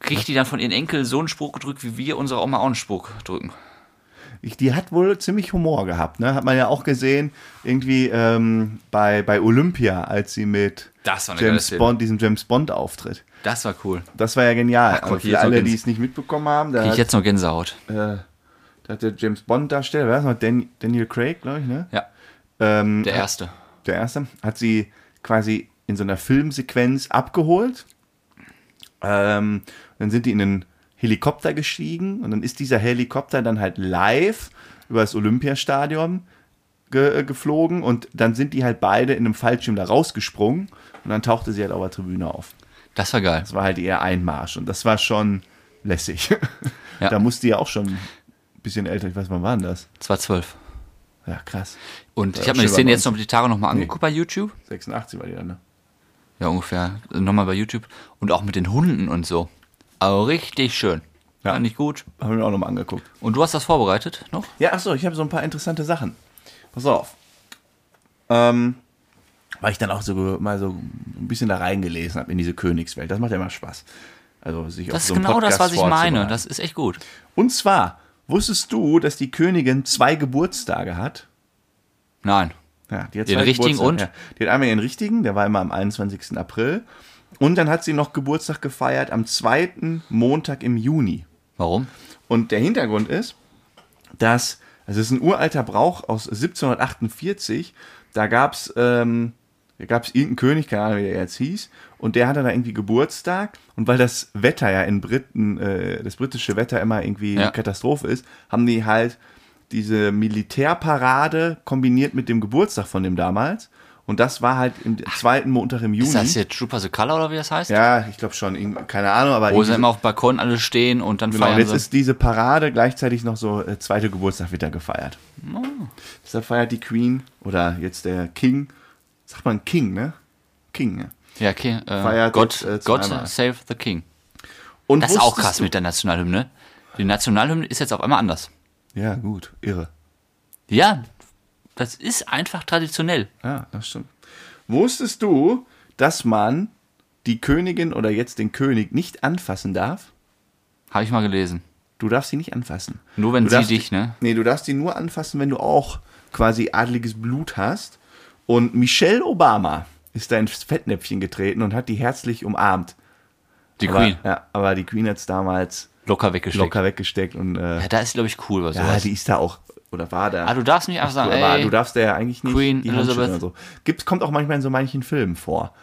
Speaker 2: Kriegt die dann von ihren Enkel so einen Spruch gedrückt, wie wir unsere Oma auch einen Spruch drücken?
Speaker 1: Ich, die hat wohl ziemlich Humor gehabt, ne? Hat man ja auch gesehen, irgendwie ähm, bei, bei Olympia, als sie mit
Speaker 2: Das war eine geile
Speaker 1: James
Speaker 2: Szene.
Speaker 1: Bond, diesem James Bond auftritt.
Speaker 2: Das war cool.
Speaker 1: Das war ja genial.
Speaker 2: guck,
Speaker 1: also
Speaker 2: hier
Speaker 1: für
Speaker 2: ist
Speaker 1: alle,
Speaker 2: noch Gänse-
Speaker 1: die es nicht mitbekommen haben, da
Speaker 2: Krieg ich
Speaker 1: hat,
Speaker 2: jetzt noch Gänsehaut.
Speaker 1: äh, da hat der James Bond-Darsteller, wer ist noch? Dan Daniel Craig, glaube ich, ne?
Speaker 2: Ja,
Speaker 1: Ähm,
Speaker 2: der erste.
Speaker 1: der erste, hat sie quasi in so einer Filmsequenz abgeholt. Ähm, dann sind die in einen Helikopter gestiegen und dann ist dieser Helikopter dann halt live über das Olympiastadion ge äh, geflogen und dann sind die halt beide in einem Fallschirm da rausgesprungen und dann tauchte sie halt auf der Tribüne auf.
Speaker 2: Das war geil.
Speaker 1: Das war halt ihr Einmarsch und das war schon lässig.
Speaker 2: Ja.
Speaker 1: Da musste die ja auch schon ein bisschen älter, ich weiß, wann war denn das?
Speaker 2: Das war 12.
Speaker 1: Ja, krass.
Speaker 2: Und
Speaker 1: Ja,
Speaker 2: ich habe mir die
Speaker 1: schon
Speaker 2: Szene
Speaker 1: bei
Speaker 2: jetzt noch die Tage nochmal
Speaker 1: Nee.
Speaker 2: angeguckt bei YouTube.
Speaker 1: 86 war die dann, ne?
Speaker 2: Ja, ungefähr. Nochmal bei YouTube. Und auch mit den Hunden und so. Aber richtig schön.
Speaker 1: Ja.
Speaker 2: Fand ich gut.
Speaker 1: Haben wir auch nochmal angeguckt.
Speaker 2: Und du hast das vorbereitet noch?
Speaker 1: Ja, achso, ich habe so ein paar interessante Sachen. Pass auf. Ähm, weil ich dann auch so ge- mal so ein bisschen da reingelesen habe in diese Königswelt. Das macht ja immer Spaß. Also sich auf
Speaker 2: Das
Speaker 1: so
Speaker 2: ist
Speaker 1: einen
Speaker 2: genau das, was
Speaker 1: Podcast
Speaker 2: ich meine.
Speaker 1: vorzubereiten.
Speaker 2: Das ist echt gut.
Speaker 1: Und zwar, wusstest du, dass die Königin zwei Geburtstage hat?
Speaker 2: Nein.
Speaker 1: Ja, die hat
Speaker 2: Den
Speaker 1: zwei
Speaker 2: richtigen
Speaker 1: Geburtstage,
Speaker 2: und?
Speaker 1: Ja. Die hat einmal ihren richtigen, der war immer am 21. April. Und dann hat sie noch Geburtstag gefeiert am zweiten Montag im Juni.
Speaker 2: Warum?
Speaker 1: Und der Hintergrund ist, dass, also es ist ein uralter Brauch aus 1748, da gab's ähm, da gab's irgendeinen König, keine Ahnung, wie der jetzt hieß, und der hatte da irgendwie Geburtstag. Und weil das Wetter ja in Briten, äh, das britische Wetter immer irgendwie
Speaker 2: Ja.
Speaker 1: eine Katastrophe ist, haben die halt diese Militärparade kombiniert mit dem Geburtstag von dem damals. Und das war halt im zweiten Montag im Juni.
Speaker 2: Ist das jetzt Trooper the Color oder wie das heißt?
Speaker 1: Mhm. ja, ich glaube schon, irgend- keine Ahnung, aber
Speaker 2: Wo sie
Speaker 1: irgendwie-
Speaker 2: immer auf dem Balkon alle stehen und dann
Speaker 1: Genau, und
Speaker 2: feiern
Speaker 1: jetzt
Speaker 2: sie.
Speaker 1: ist diese Parade gleichzeitig noch so äh, zweite Geburtstag wieder gefeiert.
Speaker 2: Oh.
Speaker 1: Deshalb feiert die Queen oder jetzt der King, sagt man King, ne? King, ne?
Speaker 2: ja, okay. Äh,
Speaker 1: feiert
Speaker 2: Gott,
Speaker 1: jetzt, äh,
Speaker 2: Gott
Speaker 1: zweimal.
Speaker 2: save the King.
Speaker 1: Und
Speaker 2: Das ist auch
Speaker 1: wusstest
Speaker 2: krass mit der Nationalhymne. Die Nationalhymne ist jetzt auf einmal anders.
Speaker 1: Du, ja, gut, irre.
Speaker 2: Ja, das ist einfach traditionell.
Speaker 1: Ja, das stimmt. Wusstest du, dass man die Königin oder jetzt den König nicht anfassen darf?
Speaker 2: Habe ich mal gelesen.
Speaker 1: Du darfst sie nicht anfassen.
Speaker 2: Nur wenn
Speaker 1: Du
Speaker 2: sie
Speaker 1: darfst
Speaker 2: dich,
Speaker 1: die-
Speaker 2: ne?
Speaker 1: Nee, du darfst sie nur anfassen, wenn du auch quasi adliges Blut hast. Und Michelle Obama ist da ins Fettnäpfchen getreten und hat die herzlich umarmt.
Speaker 2: Die
Speaker 1: aber,
Speaker 2: Queen.
Speaker 1: Ja, aber die Queen hat es damals
Speaker 2: Locker weggesteckt.
Speaker 1: locker weggesteckt und äh,
Speaker 2: Ja, da ist, glaube ich, cool bei
Speaker 1: ja,
Speaker 2: sowas.
Speaker 1: die ist da auch oder war da.
Speaker 2: ah, du darfst nicht einfach sagen,
Speaker 1: aber
Speaker 2: ey,
Speaker 1: du darfst da ja eigentlich nicht
Speaker 2: Queen
Speaker 1: die Hand schütteln
Speaker 2: Elizabeth.
Speaker 1: oder so. Gibt's, kommt auch manchmal in so manchen Filmen vor.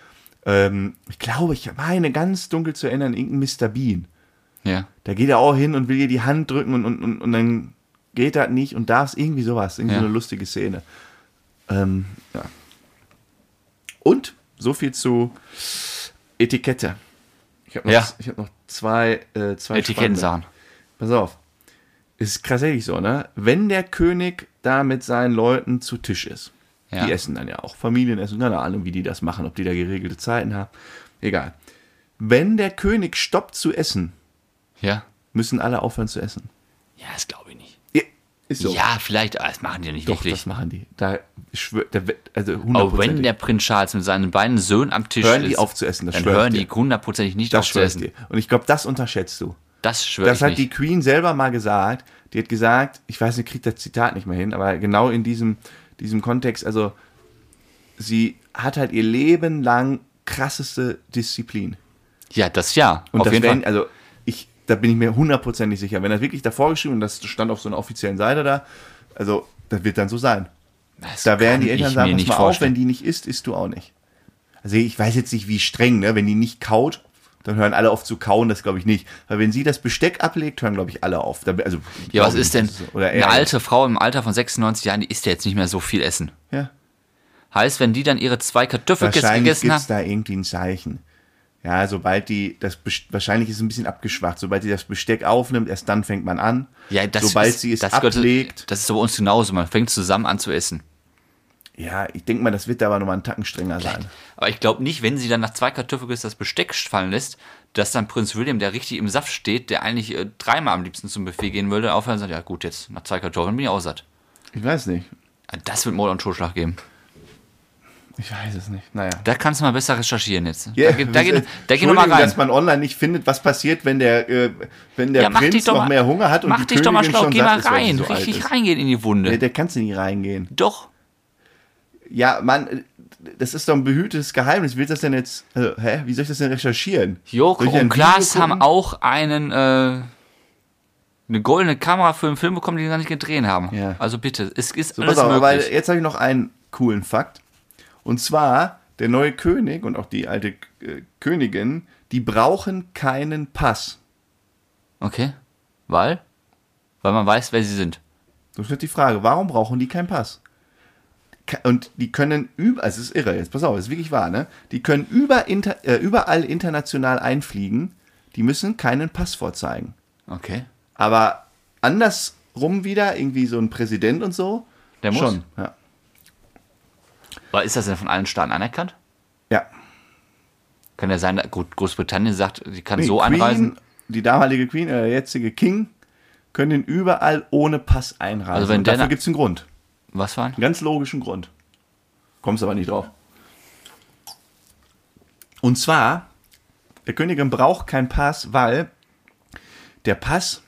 Speaker 1: Ähm, ich glaube, ich meine ganz dunkel zu erinnern, irgendein Mr. Bean.
Speaker 2: ja.
Speaker 1: Da geht er auch hin und will ihr die Hand drücken und, und, und, und dann geht das nicht und darf es irgendwie sowas. Irgendwie
Speaker 2: Ja.
Speaker 1: so eine lustige Szene. Ähm, ja. Und so viel zu Etikette. Ich habe noch,
Speaker 2: Ja.
Speaker 1: ich hab noch zwei, äh, zwei spannende.
Speaker 2: Etikettensachen.
Speaker 1: Pass auf. Ist tatsächlich so, ne? Wenn der König da mit seinen Leuten zu Tisch ist,
Speaker 2: Ja.
Speaker 1: die essen dann ja auch Familienessen, keine Ahnung, wie die das machen, ob die da geregelte Zeiten haben. Egal. Wenn der König stoppt zu essen,
Speaker 2: Ja?
Speaker 1: müssen alle aufhören zu essen.
Speaker 2: Ja, das glaube ich nicht.
Speaker 1: Ja, Ist so.
Speaker 2: Ja, vielleicht, aber das machen die nicht
Speaker 1: Doch,
Speaker 2: wirklich.
Speaker 1: das machen die. Da schwört, da, wett- also 100%.
Speaker 2: Aber wenn der Prinz Charles mit seinen beiden Söhnen am Tisch
Speaker 1: Hören die
Speaker 2: ist,
Speaker 1: auf zu essen, das
Speaker 2: dann
Speaker 1: schwör ich
Speaker 2: hören
Speaker 1: dir.
Speaker 2: die hundertprozentig nicht
Speaker 1: das
Speaker 2: auf zu
Speaker 1: schwöre ich
Speaker 2: essen.
Speaker 1: dir. Und ich glaube, das unterschätzt du.
Speaker 2: Das schwöre
Speaker 1: Das
Speaker 2: ich
Speaker 1: hat
Speaker 2: nicht.
Speaker 1: die Queen selber mal gesagt. Die hat gesagt, ich weiß, ich kriege das Zitat nicht mehr hin, aber genau in diesem, diesem Kontext, also sie hat halt ihr Leben lang krasseste Disziplin.
Speaker 2: ja, das ja.
Speaker 1: Und
Speaker 2: auf
Speaker 1: das
Speaker 2: jeden
Speaker 1: werden,
Speaker 2: Fall.
Speaker 1: also ich, da bin ich mir hundertprozentig sicher. Wenn das wirklich davor geschrieben und das stand auf so einer offiziellen Seite da, also das wird dann so sein.
Speaker 2: Das
Speaker 1: Da werden
Speaker 2: kann
Speaker 1: die Eltern
Speaker 2: ich
Speaker 1: sagen,
Speaker 2: mir
Speaker 1: pass
Speaker 2: nicht
Speaker 1: mal auf,
Speaker 2: vorstellen.
Speaker 1: wenn die nicht isst, isst du auch nicht. Also ich weiß jetzt nicht, wie streng, ne? wenn die nicht kaut, dann hören alle auf zu kauen, das glaube ich nicht. Weil wenn sie das Besteck ablegt, hören glaube ich alle auf. Da- Also,
Speaker 2: Ja, was
Speaker 1: glaub ich
Speaker 2: ist denn
Speaker 1: nicht, dass es- Oder
Speaker 2: eine
Speaker 1: eher-
Speaker 2: alte Frau im Alter von 96 Jahren, die isst ja jetzt nicht mehr so viel Essen.
Speaker 1: Ja.
Speaker 2: Heißt, wenn die dann ihre zwei Kartoffelkissen
Speaker 1: Wahrscheinlich
Speaker 2: gegessen
Speaker 1: gibt es
Speaker 2: haben,
Speaker 1: da irgendwie ein Zeichen. Ja, sobald die das Best- wahrscheinlich ist es ein bisschen abgeschwacht. Sobald die das Besteck aufnimmt, erst dann fängt man an.
Speaker 2: ja, das
Speaker 1: sobald
Speaker 2: ist,
Speaker 1: sie es
Speaker 2: das gehört-
Speaker 1: ablegt.
Speaker 2: das ist bei uns genauso. Man fängt zusammen an zu essen.
Speaker 1: ja, ich denke mal, das wird da aber nochmal einen Tacken strenger sein.
Speaker 2: Aber ich glaube nicht, wenn sie dann nach zwei Kartoffelkissen das Besteck fallen lässt, dass dann Prinz William, der richtig im Saft steht, der eigentlich äh, dreimal am liebsten zum Buffet gehen würde, aufhören und sagt, ja gut, jetzt nach zwei Kartoffeln bin ich auch satt.
Speaker 1: Ich weiß nicht.
Speaker 2: Ja, Das wird Mord und Totschlag geben.
Speaker 1: Ich weiß es nicht. Naja.
Speaker 2: Da kannst du mal besser recherchieren jetzt.
Speaker 1: Ja,
Speaker 2: da ge- da,
Speaker 1: äh,
Speaker 2: ge- da geh nochmal
Speaker 1: Entschuldigung,
Speaker 2: rein.
Speaker 1: dass man online nicht findet, was passiert, wenn der, äh, wenn der
Speaker 2: Ja, mach dich
Speaker 1: Prinz
Speaker 2: doch
Speaker 1: noch
Speaker 2: mal,
Speaker 1: mehr Hunger hat und
Speaker 2: mach
Speaker 1: die
Speaker 2: dich doch mal
Speaker 1: Königin
Speaker 2: schlau,
Speaker 1: schon
Speaker 2: geh
Speaker 1: satt
Speaker 2: mal
Speaker 1: ist, weil sie
Speaker 2: rein,
Speaker 1: so alt
Speaker 2: richtig
Speaker 1: ist.
Speaker 2: reingehen in die Wunde.
Speaker 1: Ja, der kannst du nie reingehen.
Speaker 2: Doch.
Speaker 1: Ja, Mann, äh, das ist doch ein behütetes Geheimnis. Willst du das denn jetzt, also, hä, wie soll ich das denn recherchieren?
Speaker 2: Joko
Speaker 1: Soll ich ein
Speaker 2: und
Speaker 1: Video
Speaker 2: Klaas
Speaker 1: gucken?
Speaker 2: haben auch einen, äh, eine goldene Kamera für einen Film bekommen, den sie gar nicht gedreht haben.
Speaker 1: Ja.
Speaker 2: Also bitte, es ist
Speaker 1: So,
Speaker 2: alles
Speaker 1: pass auf, weil
Speaker 2: möglich.
Speaker 1: jetzt habe ich noch einen coolen Fakt. Und zwar, der neue König und auch die alte äh, Königin, die brauchen keinen Pass.
Speaker 2: Okay, weil? Weil man weiß, wer sie sind.
Speaker 1: Das ist die Frage, warum brauchen die keinen Pass? Ke- Und die können über, also es ist irre jetzt, pass auf, es ist wirklich wahr, ne? Die können über inter, äh, überall international einfliegen, die müssen keinen Pass vorzeigen.
Speaker 2: Okay.
Speaker 1: Aber andersrum wieder, irgendwie so ein Präsident und so,
Speaker 2: Der muss.
Speaker 1: schon. Ja.
Speaker 2: Weil ist das denn von allen Staaten anerkannt?
Speaker 1: ja.
Speaker 2: Kann ja sein, dass- gut, Großbritannien sagt, sie kann
Speaker 1: Die
Speaker 2: so
Speaker 1: Queen,
Speaker 2: einreisen.
Speaker 1: Die damalige Queen, äh, der jetzige King, können den überall ohne Pass einreisen.
Speaker 2: Also wenn
Speaker 1: Und
Speaker 2: der
Speaker 1: dafür
Speaker 2: na-
Speaker 1: gibt es einen Grund.
Speaker 2: Was für ein?
Speaker 1: Einen ganz logischen Grund. Kommst aber nicht drauf. Und zwar, der Königin braucht keinen Pass, weil der Pass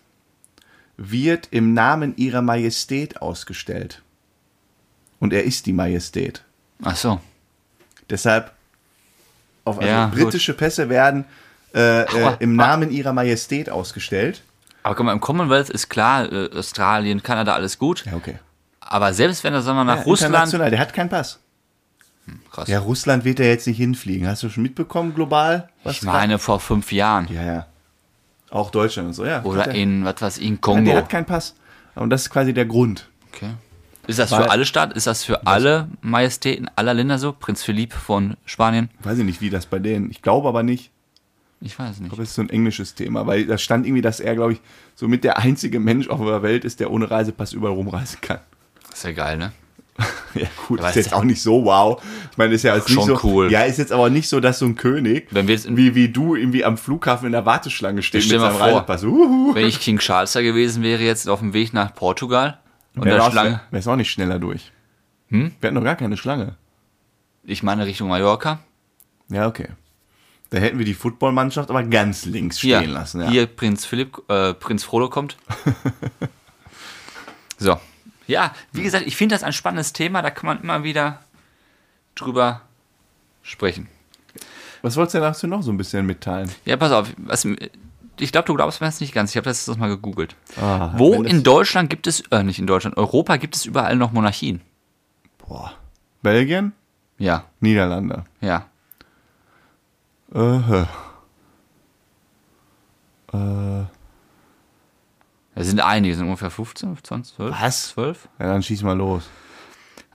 Speaker 1: wird im Namen ihrer Majestät ausgestellt. Und er ist die Majestät.
Speaker 2: Ach so.
Speaker 1: Deshalb, auf, also
Speaker 2: Ja, gut.
Speaker 1: britische Pässe werden äh, äh,
Speaker 2: Aua,
Speaker 1: im
Speaker 2: aua.
Speaker 1: Namen ihrer Majestät ausgestellt.
Speaker 2: Aber guck mal, im Commonwealth ist klar, äh, Australien, Kanada, alles gut.
Speaker 1: Ja, okay.
Speaker 2: Aber selbst wenn er, sagen wir mal, nach
Speaker 1: Ja,
Speaker 2: Russland.
Speaker 1: international, der hat keinen Pass.
Speaker 2: Krass.
Speaker 1: Ja, Russland wird er jetzt nicht hinfliegen. Hast du schon mitbekommen, global? Was
Speaker 2: ich meine, vor fünf Jahren.
Speaker 1: Ja, ja. Auch Deutschland und so, ja.
Speaker 2: Oder
Speaker 1: hat der,
Speaker 2: in, was weiß ich, in
Speaker 1: Nein,
Speaker 2: Kongo.
Speaker 1: Der hat keinen Pass. Und das ist quasi der Grund.
Speaker 2: Okay. Ist das
Speaker 1: Weil-
Speaker 2: für alle Staaten? Ist das für alle Majestäten aller Länder so? Prinz Philipp von Spanien?
Speaker 1: Weiß ich nicht, wie das bei denen. Ich glaube aber nicht.
Speaker 2: Ich weiß nicht.
Speaker 1: Das ist so ein englisches Thema, weil da stand irgendwie, dass er, glaube ich, somit der einzige Mensch auf der Welt ist, der ohne Reisepass überall rumreisen kann.
Speaker 2: Ist ja geil, ne?
Speaker 1: Ja, gut,
Speaker 2: Aber
Speaker 1: ist
Speaker 2: ist
Speaker 1: jetzt
Speaker 2: ja-
Speaker 1: auch nicht so wow. Ich meine, ist ja jetzt nicht
Speaker 2: Schon
Speaker 1: so,
Speaker 2: cool.
Speaker 1: Ja, ist jetzt aber nicht so, dass so ein König,
Speaker 2: Wenn wir jetzt in-
Speaker 1: wie, wie du irgendwie am Flughafen in der Warteschlange stehst
Speaker 2: Stell
Speaker 1: mit
Speaker 2: mal
Speaker 1: seinem
Speaker 2: vor.
Speaker 1: Reisepass. Uhu.
Speaker 2: Wenn ich King Charles da gewesen wäre, jetzt auf dem Weg nach Portugal und
Speaker 1: Wäre
Speaker 2: der
Speaker 1: auch-
Speaker 2: Schlange, Hm?
Speaker 1: Wäre es auch nicht schneller durch. Wir hatten noch gar keine Schlange.
Speaker 2: ich meine Richtung Mallorca.
Speaker 1: Ja, okay. Da hätten wir die Footballmannschaft aber ganz links
Speaker 2: Hier,
Speaker 1: stehen lassen. Ja.
Speaker 2: hier Prinz Philipp, äh, Prinz Frodo kommt. so. Ja, wie gesagt, ich finde das ein spannendes Thema, da kann man immer wieder drüber sprechen.
Speaker 1: Was wolltest du denn dazu noch so ein bisschen mitteilen?
Speaker 2: Ja, pass auf. Was, ich glaube, du glaubst mir das nicht ganz. Ich habe das letztes mal gegoogelt.
Speaker 1: Ah,
Speaker 2: Wo
Speaker 1: wenn das-
Speaker 2: in Deutschland gibt es, äh, nicht in Deutschland, Europa gibt es überall noch Monarchien.
Speaker 1: Boah. Belgien?
Speaker 2: Ja,
Speaker 1: Niederlande.
Speaker 2: ja.
Speaker 1: Äh,
Speaker 2: Es sind einige, es sind ungefähr 15, 20, 12.
Speaker 1: Was?
Speaker 2: 12.
Speaker 1: Ja, dann schieß mal los.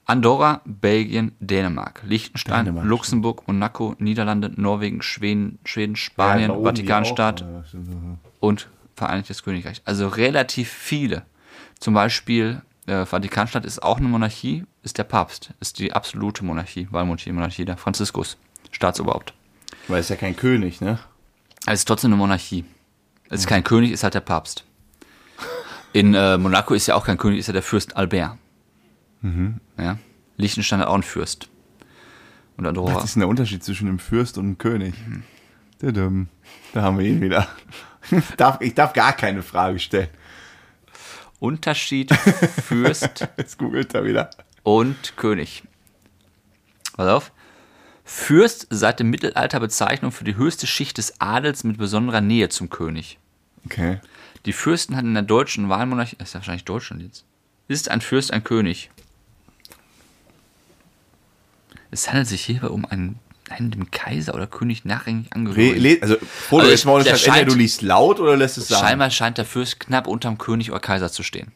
Speaker 2: Andorra, Belgien, Dänemark, Liechtenstein,
Speaker 1: Dänemark,
Speaker 2: Luxemburg, Monaco, Niederlande, Norwegen, Schweden, Schweden Spanien, Vatikanstaat
Speaker 1: äh, ne?
Speaker 2: und Vereinigtes Königreich. Also relativ viele. Zum Beispiel äh, Vatikanstadt ist auch eine Monarchie, ist der Papst, ist die absolute Monarchie, Wahlmonarchie, Monarchie der Franziskus, Staatsoberhaupt.
Speaker 1: Weil es ist ja kein König, ne?
Speaker 2: Es ist trotzdem eine Monarchie. Es ist kein König, ist halt der Papst. In äh, Monaco ist ja auch kein König, ist ja der Fürst Albert.
Speaker 1: Mhm.
Speaker 2: Ja? Liechtenstein hat auch einen Fürst. Und Andorra.
Speaker 1: Was ist denn der Unterschied zwischen einem Fürst und einem König? Tadam. Da haben wir ihn wieder. Darf- Ich darf gar keine Frage stellen.
Speaker 2: Unterschied Fürst
Speaker 1: Jetzt googelt er wieder.
Speaker 2: und König. Pass auf. Fürst seit dem Mittelalter Bezeichnung für die höchste Schicht des Adels mit besonderer Nähe zum König.
Speaker 1: Okay.
Speaker 2: Die Fürsten hatten in der deutschen Wahlmonarchie, das ist ja wahrscheinlich Deutschland jetzt, ist ein Fürst ein König. Es handelt sich hierbei um einen, einen dem Kaiser oder König nachrangig
Speaker 1: Re
Speaker 2: angehörigen.
Speaker 1: le also, Frodo,
Speaker 2: Also,
Speaker 1: jetzt mal ohne
Speaker 2: der
Speaker 1: Scheiß, entweder
Speaker 2: scheint-
Speaker 1: du liest laut oder lässt es sagen.
Speaker 2: Scheinbar scheint der Fürst knapp unterm König oder Kaiser zu stehen.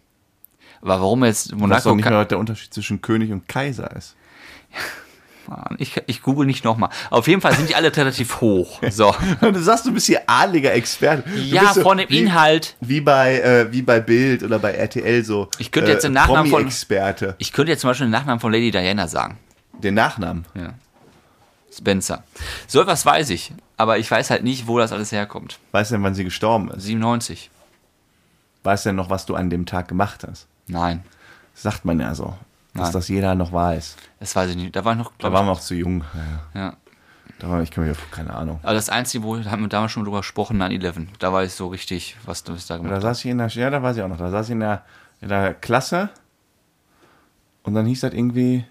Speaker 2: Aber warum jetzt
Speaker 1: Ich weiß
Speaker 2: Monaco
Speaker 1: doch nicht
Speaker 2: Ka-
Speaker 1: mehr, was der Unterschied zwischen König und Kaiser ist.
Speaker 2: Mann, ich, ich google nicht nochmal. Auf jeden Fall sind die alle relativ hoch. So.
Speaker 1: Du sagst, du bist hier adliger Experte. Du
Speaker 2: Ja,
Speaker 1: bist so
Speaker 2: von dem
Speaker 1: wie-
Speaker 2: Inhalt.
Speaker 1: Wie bei, äh, wie bei Bild oder bei RTL so. äh,
Speaker 2: Ich könnte jetzt den Nachnamen von-
Speaker 1: Promi-Experte.
Speaker 2: Ich könnte jetzt zum Beispiel den Nachnamen von Lady Diana sagen.
Speaker 1: Den Nachnamen.
Speaker 2: Ja. Spencer. So etwas weiß ich, aber ich weiß halt nicht, wo das alles herkommt.
Speaker 1: Weißt du denn, wann sie gestorben ist?
Speaker 2: 97.
Speaker 1: Weißt du denn noch, was du an dem Tag gemacht hast?
Speaker 2: Nein,
Speaker 1: Das sagt man ja so. Dass
Speaker 2: Nein.
Speaker 1: das jeder noch weiß.
Speaker 2: das weiß ich nicht. Da war ich noch,
Speaker 1: Da
Speaker 2: glaube
Speaker 1: waren wir auch zu jung. Ja,
Speaker 2: ich. Ja.
Speaker 1: da waren, ich kann mir keine Ahnung.
Speaker 2: Aber das Einzige, wo da haben wir damals schon drüber gesprochen, 9-11. Da war ich so richtig, was du da gemacht
Speaker 1: Da saß ich in der, ja, da war sie auch noch. Da saß ich in der, in der Klasse. Und dann hieß das irgendwie,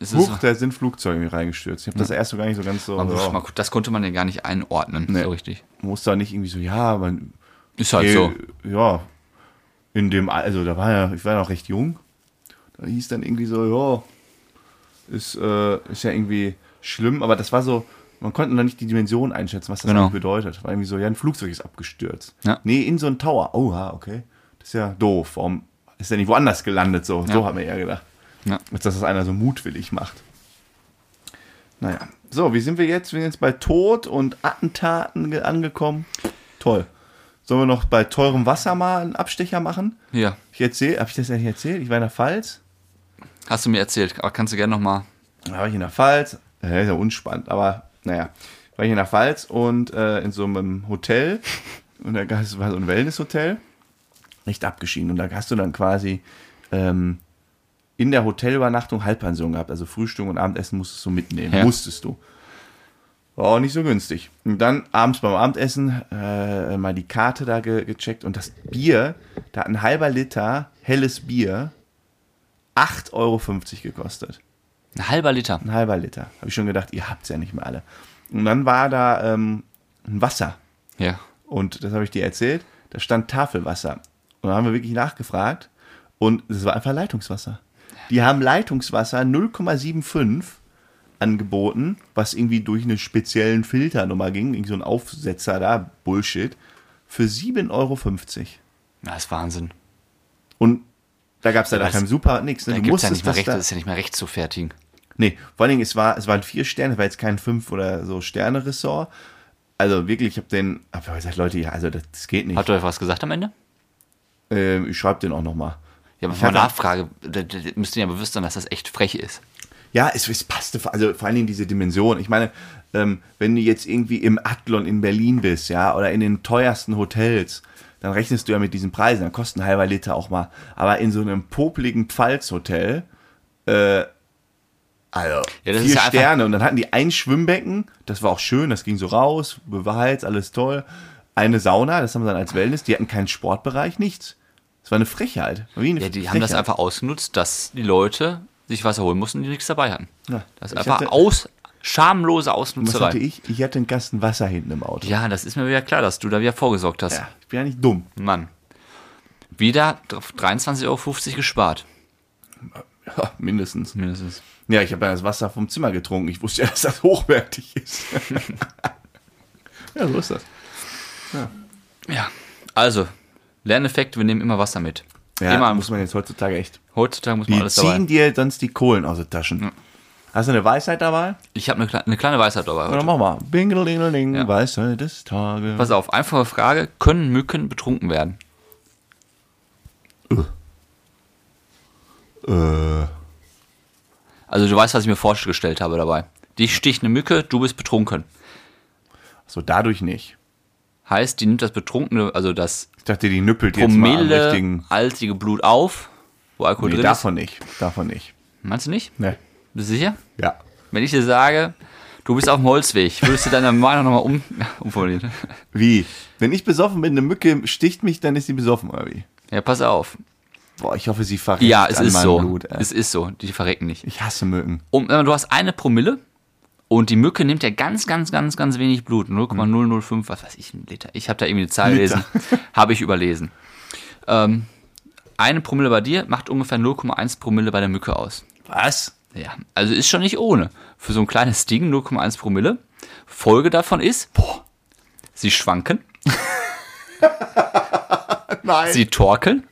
Speaker 2: hast. Es ist
Speaker 1: huch, da sind Flugzeuge irgendwie reingestürzt. Ich habe das
Speaker 2: Hm.
Speaker 1: erst so gar nicht so ganz so.
Speaker 2: man wusste
Speaker 1: so
Speaker 2: mal, das konnte man ja gar nicht einordnen,
Speaker 1: Nee.
Speaker 2: so richtig.
Speaker 1: muss da nicht irgendwie so, ja, man.
Speaker 2: Ist halt
Speaker 1: eh,
Speaker 2: so.
Speaker 1: Ja. In dem, Al- also da war ja, ich war ja noch recht jung. Da hieß dann irgendwie so, ja, ist, äh, ist ja irgendwie schlimm, aber das war so, man konnte noch nicht die Dimension einschätzen, was das
Speaker 2: Genau.
Speaker 1: eigentlich bedeutet. War irgendwie so, ja, ein Flugzeug ist abgestürzt.
Speaker 2: Ja.
Speaker 1: Nee, in so einen Tower. Oh, ja, okay. Das ist ja doof. Warum ist der nicht woanders gelandet? So, so hat man ja gedacht.
Speaker 2: Ja.
Speaker 1: Als dass das einer so mutwillig macht. Naja. So, wie sind wir jetzt? Wir sind jetzt bei Tod und Attentaten ge- angekommen. Toll. Sollen wir noch bei teurem Wasser mal einen Abstecher machen?
Speaker 2: Hier,
Speaker 1: Ich erzähl, habe ich das eigentlich erzählt? Ich war in der Pfalz.
Speaker 2: hast du mir erzählt, aber kannst du gerne nochmal.
Speaker 1: Da war ich in der Pfalz. Äh, ist ja unspannend, aber naja. War ich in der Pfalz und äh, in so einem Hotel. Und da gab's- war so ein Wellnesshotel. Nicht abgeschieden. Und da hast du dann quasi ähm, in der Hotelübernachtung Halbpension gehabt. Also Frühstück und Abendessen musstest du mitnehmen.
Speaker 2: Ja.
Speaker 1: Musstest du. War auch nicht so günstig. Und dann abends beim Abendessen äh, mal die Karte da ge gecheckt und das Bier, da hat ein halber Liter helles Bier 8,50 Euro gekostet.
Speaker 2: Ein halber Liter.
Speaker 1: Ein halber Liter. Habe ich schon gedacht, ihr habt's ja nicht mehr alle. Und dann war da ähm, ein Wasser.
Speaker 2: Ja.
Speaker 1: Und das habe ich dir erzählt. Da stand Tafelwasser. Und da haben wir wirklich nachgefragt. Und es war einfach Leitungswasser. Die haben Leitungswasser 0,75 angeboten, was irgendwie durch einen speziellen Filter nochmal ging. Irgendwie so ein Aufsetzer da, Bullshit. Für 7,50 Euro.
Speaker 2: Das ist Wahnsinn.
Speaker 1: Und da gab's leider
Speaker 2: Das-
Speaker 1: kein Super, nix. Ne?
Speaker 2: Da
Speaker 1: Du
Speaker 2: gibt es ja
Speaker 1: musstest
Speaker 2: nicht mehr
Speaker 1: das
Speaker 2: recht,
Speaker 1: da-
Speaker 2: das ist ja nicht mehr recht zu fertigen.
Speaker 1: Nee, vor allen Dingen, es, war, es waren vier Sterne, war jetzt kein fünf oder so Sterne-Ressort. Also wirklich, ich habe den, hab gesagt, Leute, ja, also das, das geht nicht.
Speaker 2: Hat euch was gesagt am Ende?
Speaker 1: Ähm, ich schreibe den auch nochmal.
Speaker 2: Ja, aber
Speaker 1: Ich
Speaker 2: von
Speaker 1: hatte-
Speaker 2: der Nachfrage, da, da, da müsst ihr ja bewusst sein, dass das echt frech ist.
Speaker 1: Ja, es, es passte, vor- also vor allen Dingen diese Dimension. Ich meine, ähm, wenn du jetzt irgendwie im Adlon in Berlin bist, ja, oder in den teuersten Hotels, dann rechnest du ja mit diesen Preisen, dann kostet ein halber Liter auch mal. Aber in so einem popligen Pfalzhotel, äh, also
Speaker 2: Ja, das ist
Speaker 1: vier
Speaker 2: ja einfach-
Speaker 1: Sterne. Und dann hatten die ein Schwimmbecken, das war auch schön, das ging so raus, Bewahrs, alles toll. Eine Sauna, das haben sie dann als Wellness, die hatten keinen Sportbereich, nichts. Das war eine Frechheit. War Wie eine
Speaker 2: Ja, Äh, die haben das
Speaker 1: Frechheit.
Speaker 2: einfach ausgenutzt, dass die Leute sich was erholen mussten, die nichts dabei hatten.
Speaker 1: Ja. Ich
Speaker 2: Das ist einfach
Speaker 1: hatte-
Speaker 2: aus,
Speaker 1: Was
Speaker 2: schamlose
Speaker 1: hatte
Speaker 2: Ausnutzerei.
Speaker 1: ich? Ich hatte einen Kasten Wasser hinten im Auto.
Speaker 2: Ja, das ist mir wieder klar, dass du da wieder vorgesorgt hast.
Speaker 1: Ja, ich bin ja nicht dumm.
Speaker 2: Mann. Wieder 23,50 Euro gespart.
Speaker 1: Ja, mindestens.
Speaker 2: Mindestens.
Speaker 1: Ja, ich habe ja das Wasser vom Zimmer getrunken. Ich wusste ja, dass das hochwertig ist. ja, so ist das.
Speaker 2: Ja. Also, Lerneffekt, wir nehmen immer Wasser mit.
Speaker 1: Ja,
Speaker 2: Immer
Speaker 1: muss man jetzt heutzutage echt.
Speaker 2: Heutzutage muss man
Speaker 1: Die
Speaker 2: alles
Speaker 1: ziehen
Speaker 2: dabei.
Speaker 1: dir sonst die Kohlen aus den Taschen. Hast du eine Weisheit dabei?
Speaker 2: Ich habe eine, kle eine kleine Weisheit dabei.
Speaker 1: Oder
Speaker 2: Heute.
Speaker 1: mach mal. Bingelingeling,
Speaker 2: Ja.
Speaker 1: Weisheit des Tages.
Speaker 2: Pass auf, einfache Frage. Können Mücken betrunken werden?
Speaker 1: Äh,
Speaker 2: Also du weißt, was ich mir vorgestellt habe dabei. Dich sticht eine Mücke, du bist betrunken.
Speaker 1: so, dadurch nicht.
Speaker 2: Heißt, die nimmt das betrunkene, also das
Speaker 1: Ich dachte, die nüppelt jetzt mal am
Speaker 2: Promille
Speaker 1: richtigen.
Speaker 2: altige Blut auf, wo Alkohol
Speaker 1: Nee,
Speaker 2: drin ist.
Speaker 1: davon nicht. Davon nicht.
Speaker 2: Meinst du nicht?
Speaker 1: Ne.
Speaker 2: Bist du sicher?
Speaker 1: Ja.
Speaker 2: Wenn ich dir sage, du bist auf dem Holzweg, würdest du deine Meinung nochmal um, umformulieren?
Speaker 1: Wie? Wenn ich besoffen bin, eine Mücke sticht mich, dann ist sie besoffen, oder wie?
Speaker 2: Ja, pass auf.
Speaker 1: Boah, ich hoffe, sie verreckt
Speaker 2: Ja, es
Speaker 1: an
Speaker 2: ist
Speaker 1: meinem
Speaker 2: so.
Speaker 1: Blut. ey.
Speaker 2: es ist so. Die verrecken nicht.
Speaker 1: ich hasse Mücken.
Speaker 2: Und äh, du hast eine Promille und die Mücke nimmt ja ganz, ganz, ganz, ganz wenig Blut. 0,005, was weiß ich, ein Liter. Ich habe da irgendwie eine Zahl
Speaker 1: Liter.
Speaker 2: gelesen. habe ich überlesen. Ähm, eine Promille bei dir macht ungefähr 0,1 Promille bei der Mücke aus.
Speaker 1: Was?
Speaker 2: Ja, also ist schon nicht ohne. Für so ein kleines Ding 0,1 Promille. Folge davon ist, boah, sie schwanken,
Speaker 1: Nein.
Speaker 2: sie torkeln.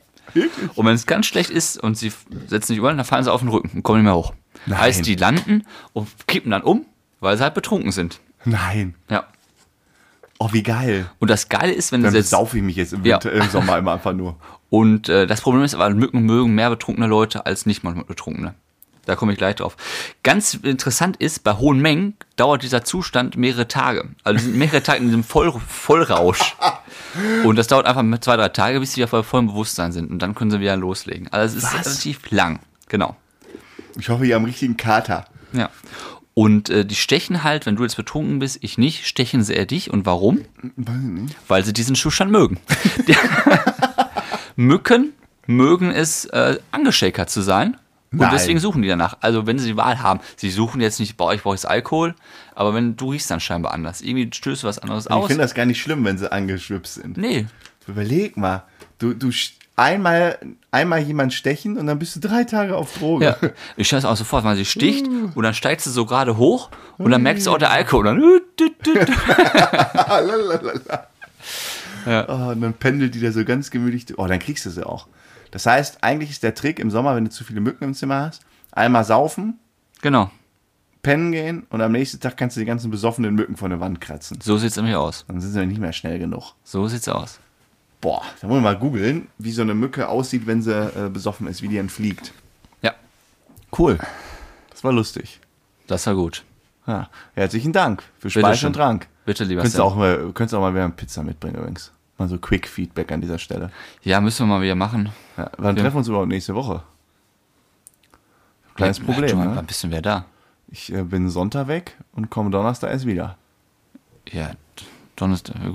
Speaker 2: Und wenn es ganz schlecht ist und sie f- setzen sich über, dann fallen sie auf den Rücken und kommen nicht mehr hoch.
Speaker 1: Nein.
Speaker 2: Heißt, die landen und kippen dann um, weil sie halt betrunken sind.
Speaker 1: Nein.
Speaker 2: Ja.
Speaker 1: Oh, wie geil.
Speaker 2: Und das Geile ist, wenn
Speaker 1: Dann
Speaker 2: du jetzt.
Speaker 1: saufe ich mich jetzt im,
Speaker 2: Ja.
Speaker 1: Winter, im Sommer immer einfach nur.
Speaker 2: Und äh, das Problem ist aber, Mücken mögen mehr betrunkene Leute als nicht mal betrunkene. Da komme ich gleich drauf. Ganz interessant ist, bei hohen Mengen dauert dieser Zustand mehrere Tage. Also die sind mehrere Tage in diesem Voll Vollrausch. Und das dauert einfach zwei, drei Tage, bis sie wieder voll vollem Bewusstsein sind. Und dann können sie wieder loslegen. Also es ist
Speaker 1: Was?
Speaker 2: relativ lang. Genau.
Speaker 1: Ich hoffe, ihr habt einen richtigen Kater.
Speaker 2: Ja. Und äh, die stechen halt, wenn du jetzt betrunken bist, ich nicht, stechen sie eher dich. Und warum? Weil sie diesen Zustand mögen. Die- Mücken mögen es, äh, angeschäkert zu sein. Und
Speaker 1: Nein.
Speaker 2: deswegen suchen die danach. Also wenn sie die Wahl haben, sie suchen jetzt nicht, boah, ich brauche jetzt Alkohol, aber wenn du riechst dann scheinbar anders. Irgendwie stößt du was anderes
Speaker 1: Ich
Speaker 2: aus.
Speaker 1: finde das gar nicht schlimm, wenn sie angeschwipst sind.
Speaker 2: Nee,
Speaker 1: Überleg mal, du, du sch- einmal, einmal jemand stechen und dann bist du drei Tage auf Droge.
Speaker 2: ja. Ich stelle es auch sofort, weil sie sticht und dann steigst du so gerade hoch und dann merkst du auch der Alkohol. Und dann,
Speaker 1: Lalalala. Oh, und dann pendelt die da so ganz gemütlich. Oh, dann kriegst du sie auch. Das heißt, eigentlich ist der Trick im Sommer, wenn du zu viele Mücken im Zimmer hast, einmal saufen,
Speaker 2: genau,
Speaker 1: pennen gehen und am nächsten Tag kannst du die ganzen besoffenen Mücken von der Wand kratzen.
Speaker 2: so sieht es nämlich aus.
Speaker 1: Dann sind sie nicht mehr schnell genug.
Speaker 2: So sieht's aus.
Speaker 1: Boah, da wollen wir mal googeln, wie so eine Mücke aussieht, wenn sie äh, besoffen ist, wie die entfliegt.
Speaker 2: Ja,
Speaker 1: Cool. Das war lustig.
Speaker 2: das war gut.
Speaker 1: Ja, herzlichen Dank für Speise
Speaker 2: schön.
Speaker 1: und Trank.
Speaker 2: Bitte, lieber
Speaker 1: Könntest du
Speaker 2: Sam.
Speaker 1: auch mal, könntest du auch mal wieder eine Pizza mitbringen übrigens. Mal so Quick Feedback an dieser Stelle.
Speaker 2: Ja, müssen wir mal wieder machen.
Speaker 1: Ja, wann treffen wir uns überhaupt nächste Woche? Kleines
Speaker 2: Ja,
Speaker 1: Problem.
Speaker 2: Junge,
Speaker 1: Ne?
Speaker 2: Wann bist du denn wieder da?
Speaker 1: Ich äh, bin Sonntag weg und komme Donnerstag erst wieder.
Speaker 2: Ja, Donnerstag, äh,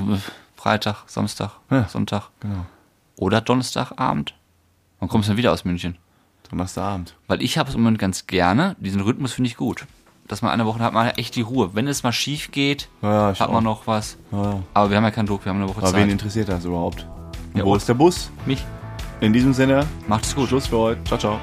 Speaker 2: Freitag, Samstag,
Speaker 1: Ja.
Speaker 2: Sonntag.
Speaker 1: Genau.
Speaker 2: Oder Donnerstagabend. Wann kommst du denn wieder aus München?
Speaker 1: Donnerstagabend.
Speaker 2: Weil ich habe es im Moment ganz gerne. Diesen Rhythmus finde ich gut. Dass man eine Woche hat, man halt echt die Ruhe. Wenn es mal schief geht,
Speaker 1: Ja, ich
Speaker 2: hat man
Speaker 1: auch.
Speaker 2: noch was.
Speaker 1: Ja.
Speaker 2: Aber wir haben ja keinen Druck, wir haben eine Woche
Speaker 1: Aber wen
Speaker 2: Zeit.
Speaker 1: interessiert das überhaupt? Und
Speaker 2: Ja,
Speaker 1: Wo
Speaker 2: und-
Speaker 1: ist der Bus?
Speaker 2: Mich.
Speaker 1: In diesem Sinne,
Speaker 2: Macht es gut.
Speaker 1: Schluss für heute. Ciao, ciao.